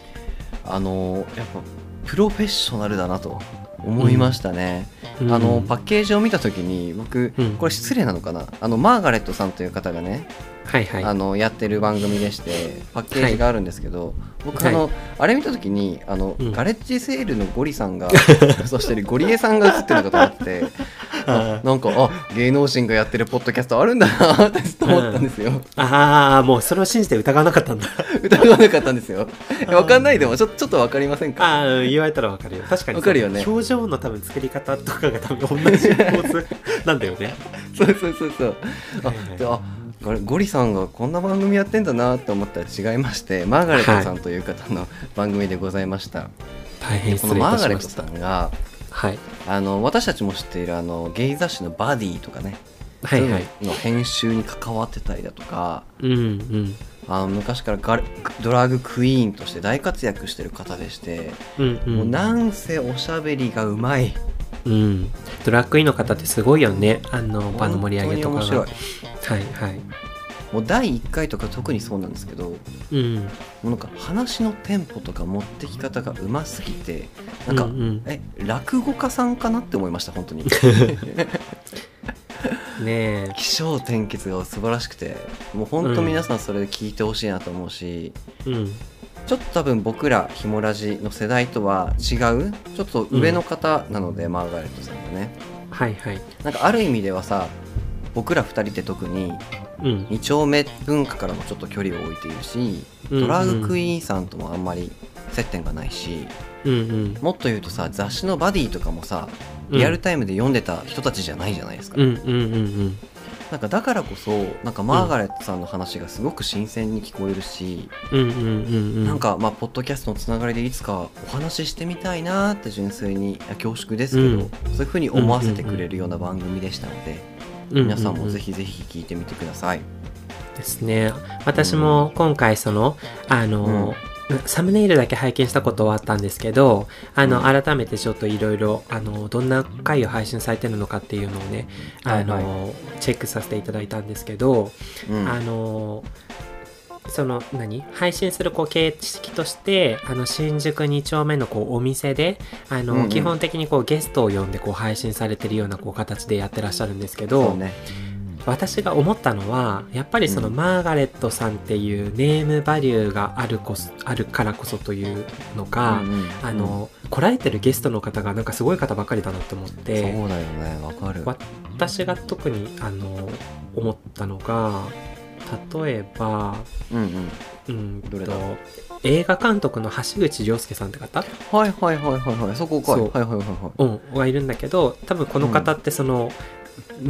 [SPEAKER 22] あのやっぱプロフェッショナルだなと思いましたね、
[SPEAKER 21] うん
[SPEAKER 22] あの
[SPEAKER 11] うん
[SPEAKER 22] パッケージを見た時に僕、これ失礼なのかなあのマーガレットさんという方がね、
[SPEAKER 21] はいはい。
[SPEAKER 22] あのやってる番組でしてパッケージがあるんですけど、僕
[SPEAKER 21] は
[SPEAKER 22] あ
[SPEAKER 21] い
[SPEAKER 22] の、あれ見た時にあの、
[SPEAKER 21] うん
[SPEAKER 22] ガレッジセールのゴリさん
[SPEAKER 21] [laughs]
[SPEAKER 22] がそしてるゴリエさんが映ってるのかと思ってあなんかあ芸能人がやってるポッドキャストあるんだなってずっと思ったんですよ、
[SPEAKER 21] ああ、もうそれを信じて疑わなかったんだ。
[SPEAKER 22] 疑わなかったんで
[SPEAKER 21] [laughs]
[SPEAKER 22] すよ分かんないでもちょちょっと分かりませんか
[SPEAKER 21] ああ、言われたらわかるよ。確かにそう。
[SPEAKER 22] わかるよね
[SPEAKER 21] 表情の多分作り方とかが多分同じ構図なんだよね。
[SPEAKER 22] そうそうそうそうあであゴリゴリさんがこんな番組やってんだなと思ったら違いましてマーガレットさんという方の番組でございました、
[SPEAKER 21] 大変失
[SPEAKER 22] この
[SPEAKER 21] 礼い
[SPEAKER 22] マー
[SPEAKER 21] た
[SPEAKER 22] ガ
[SPEAKER 21] し
[SPEAKER 22] レッ
[SPEAKER 21] ま
[SPEAKER 22] ト
[SPEAKER 21] した
[SPEAKER 22] さ。んが
[SPEAKER 21] はい。
[SPEAKER 22] あの私たちも知っているあのゲイ雑誌の「バディ」とかね、
[SPEAKER 21] はいはい
[SPEAKER 22] そういうのの編集に関わってたりだとか
[SPEAKER 21] うんうん。
[SPEAKER 22] あの昔からガレドラッグクイーンとして大活躍してる方でして、
[SPEAKER 21] うんうん
[SPEAKER 22] もうなんせおしゃべりがうまい
[SPEAKER 21] うん、ドラッグインの方ってすごいよねあの場の盛り上げとかが
[SPEAKER 22] 本当に面
[SPEAKER 21] はいはい
[SPEAKER 22] もう第1回とか特にそうなんですけども
[SPEAKER 21] うん
[SPEAKER 22] うなんか話のテンポとか持ってき方がうますぎてなんか、
[SPEAKER 21] うんうん
[SPEAKER 22] え落語家さんかなって思いました
[SPEAKER 21] [laughs]
[SPEAKER 22] 本当に
[SPEAKER 21] ねえ
[SPEAKER 22] 起承転結が素晴らしくてもう本当皆さんそれ聞いてほしいなと思うし、
[SPEAKER 21] うん
[SPEAKER 22] ちょっと多分僕らひもラジの世代とは違うちょっと上の方なので、マーガレットさんがね
[SPEAKER 21] はいはい
[SPEAKER 22] なんかある意味ではさ僕ら2人って特に
[SPEAKER 21] うん
[SPEAKER 22] 2丁目文化からもちょっと距離を置いているし、
[SPEAKER 21] うん
[SPEAKER 22] ドラァグクイーンさんともあんまり接点がないし、
[SPEAKER 21] うんうん
[SPEAKER 22] もっと言うとさ雑誌の「バディ」とかもさ
[SPEAKER 21] うん
[SPEAKER 22] リアルタイムで読んでた人たちじゃないじゃないですか、
[SPEAKER 21] うんうんうん
[SPEAKER 22] なんかだからこそなんかマーガレットさんの話がすごく新鮮に聞こえるし、
[SPEAKER 21] うんうんうんうんうん
[SPEAKER 22] なんかまあポッドキャストのつながりでいつかお話ししてみたいなーって純粋にいや恐縮ですけど、
[SPEAKER 21] うん
[SPEAKER 22] そういうふうに思わせてくれるような番組でしたので、
[SPEAKER 21] うんうんうん
[SPEAKER 22] 皆さんもぜひぜひ聞いてみてください。
[SPEAKER 21] ですね私も今回そのあの、サムネイルだけ拝見したことはあったんですけどあの、改めてちょっといろいろあのどんな回を配信されてるのかっていうのをねあの、
[SPEAKER 22] はい
[SPEAKER 21] チェックさせていただいたんですけど、
[SPEAKER 22] うん
[SPEAKER 21] あのその何配信するこう形式としてあの新宿2丁目のこうお店であの、
[SPEAKER 22] うんうん
[SPEAKER 21] 基本的にこうゲストを呼んでこう配信されてるようなこう形でやってらっしゃるんですけど、
[SPEAKER 22] そうね
[SPEAKER 21] 私が思ったのはやっぱりその
[SPEAKER 22] うん
[SPEAKER 21] マーガレットさんっていうネームバリューがあるこそあるからこそというのか、
[SPEAKER 22] うんうん
[SPEAKER 21] あの来られてるゲストの方がなんかすごい方ばかりだなと思って
[SPEAKER 22] そうだよねわかる
[SPEAKER 21] 私が特にあの思ったのが例えば
[SPEAKER 22] うんうん
[SPEAKER 21] うん
[SPEAKER 22] どれだ
[SPEAKER 21] と映画監督の橋口亮介さんって方
[SPEAKER 22] はいはいはいはいはいそこかい
[SPEAKER 21] そう
[SPEAKER 22] はいはいはいはい
[SPEAKER 21] うん、がいるんだけど多分この方ってその、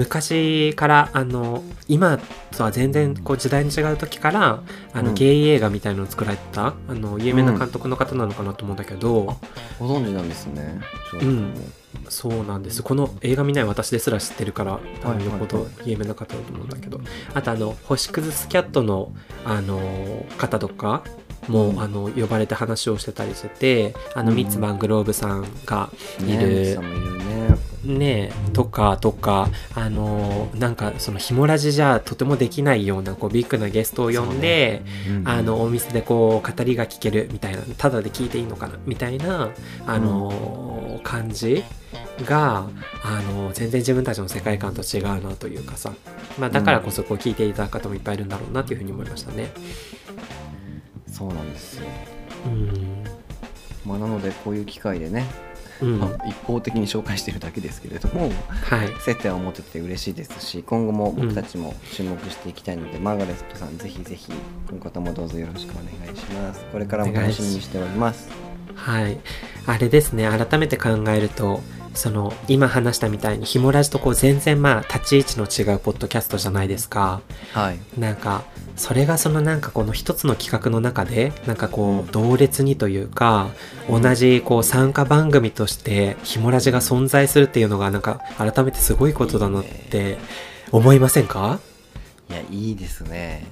[SPEAKER 21] 昔からあの今とは全然こう時代の違う時からあの、
[SPEAKER 22] うん
[SPEAKER 21] ゲイ映画みたいのを作られてたあの有名な監督の方なのかなと思うんだけど、
[SPEAKER 22] ご存知なんですね。
[SPEAKER 21] うん、そうなんですこの映画見ない私ですら知ってるから多分よほ
[SPEAKER 22] はい
[SPEAKER 21] ど有名な方だと思うんだけどあとあの「星屑スキャットの」あの方とかも、あの呼ばれて話をしてたりしててあの
[SPEAKER 22] うん
[SPEAKER 21] ミッツ・マングローブさんがい
[SPEAKER 22] ねミッツ
[SPEAKER 21] る
[SPEAKER 22] さんも
[SPEAKER 21] ねえとかとかあのなんかそのヒモラジじゃとてもできないようなこうビッグなゲストを呼んで、あのお店でこう語りが聞けるみたいなただで聞いていいのかなみたいなあの、感じがあの全然自分たちの世界観と違うなというかさ、まあ、だからこそこう聞いていただく方もいっぱいいるんだろうなというふうに思いましたね。
[SPEAKER 22] そうなんですよ。
[SPEAKER 21] うん
[SPEAKER 22] まあ、なのでこういう機会でね、
[SPEAKER 21] うん
[SPEAKER 22] まあ一方的に紹介してるだけですけれども、
[SPEAKER 21] はい、
[SPEAKER 22] 接点を持てて嬉しいですし今後も僕たちも注目していきたいので、マーガレットさんぜひぜひこの方もどうぞよろしくお願いしますこれからも楽しみにしております
[SPEAKER 21] はい、あれですね改めて考えるとその今話したみたいにひもラジとこう全然まあ立ち位置の違うポッドキャストじゃないですか。
[SPEAKER 22] はい
[SPEAKER 21] なんかそれがそのなんかこの一つの企画の中でなんかこう同列にというか同じこう参加番組としてひもラジが存在するっていうのがなんか改めてすごいことだなって思いませんか
[SPEAKER 22] いやいいですね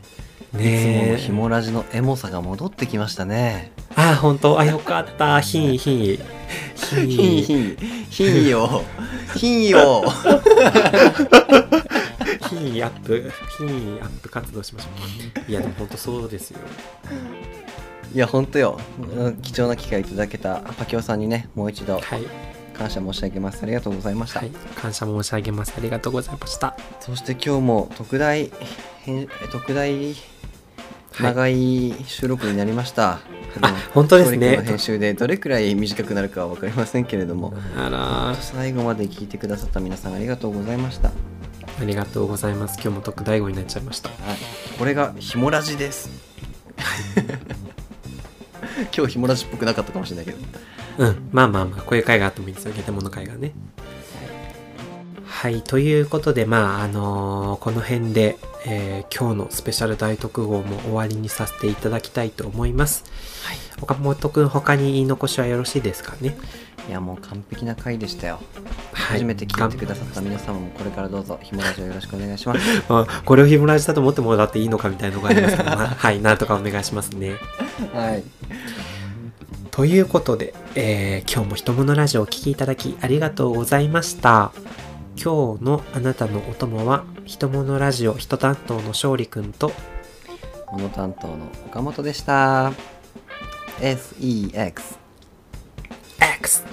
[SPEAKER 22] いつも
[SPEAKER 21] ね
[SPEAKER 22] の
[SPEAKER 21] え
[SPEAKER 22] ひもラジのエモさが戻ってきましたね
[SPEAKER 21] ああ本当あよかった品位品位品
[SPEAKER 22] [laughs] 品位品位品位 [laughs] を品位を
[SPEAKER 21] 品位アップ品位アップ活動しましょういやでも本当そうですよ
[SPEAKER 22] いや本当ようん貴重な機会いただけたパキオさんにねもう一度感謝申し上げます、ありがとうございました、
[SPEAKER 21] 感謝申し上げますありがとうございました
[SPEAKER 22] そして今日も特大編特大長い収録になりました、あ
[SPEAKER 21] 本当ですね
[SPEAKER 22] の編集でどれくらい短くなるかは分かりませんけれども
[SPEAKER 21] あら
[SPEAKER 22] 最後まで聞いてくださった皆さんありがとうございました
[SPEAKER 21] ありがとうございます今日も特大号になっちゃいました
[SPEAKER 22] これがひもラジです [laughs] 今日ひもラジっぽくなかったかもしれないけど
[SPEAKER 21] うん、まあまあまあ、こういう会があってもいいですよ、ゲテモノ会がね。はい、ということで、まあ、あのーこの辺で、えー今日のスペシャル大特号も終わりにさせていただきたいと思います。はい。岡本くん、他に言い残しはよろしいですかね
[SPEAKER 22] いや、もう完璧な回でしたよ。
[SPEAKER 21] はい。
[SPEAKER 22] 初めて聞いてくださった皆様もこれからどうぞひもラジをよろしくお願いします
[SPEAKER 21] [laughs] あこれをヒムラジだと思ってもらっていいのかみたいなのがありますけど、まあはい、なんとかお願いしますね。
[SPEAKER 22] はい
[SPEAKER 21] ということで、えー今日もひとものラジオをお聴きいただきありがとうございました。今日のあなたのお供は、ひとものラジオ人担当の勝利くんと、
[SPEAKER 22] モノ担当の岡本でした SEX
[SPEAKER 21] X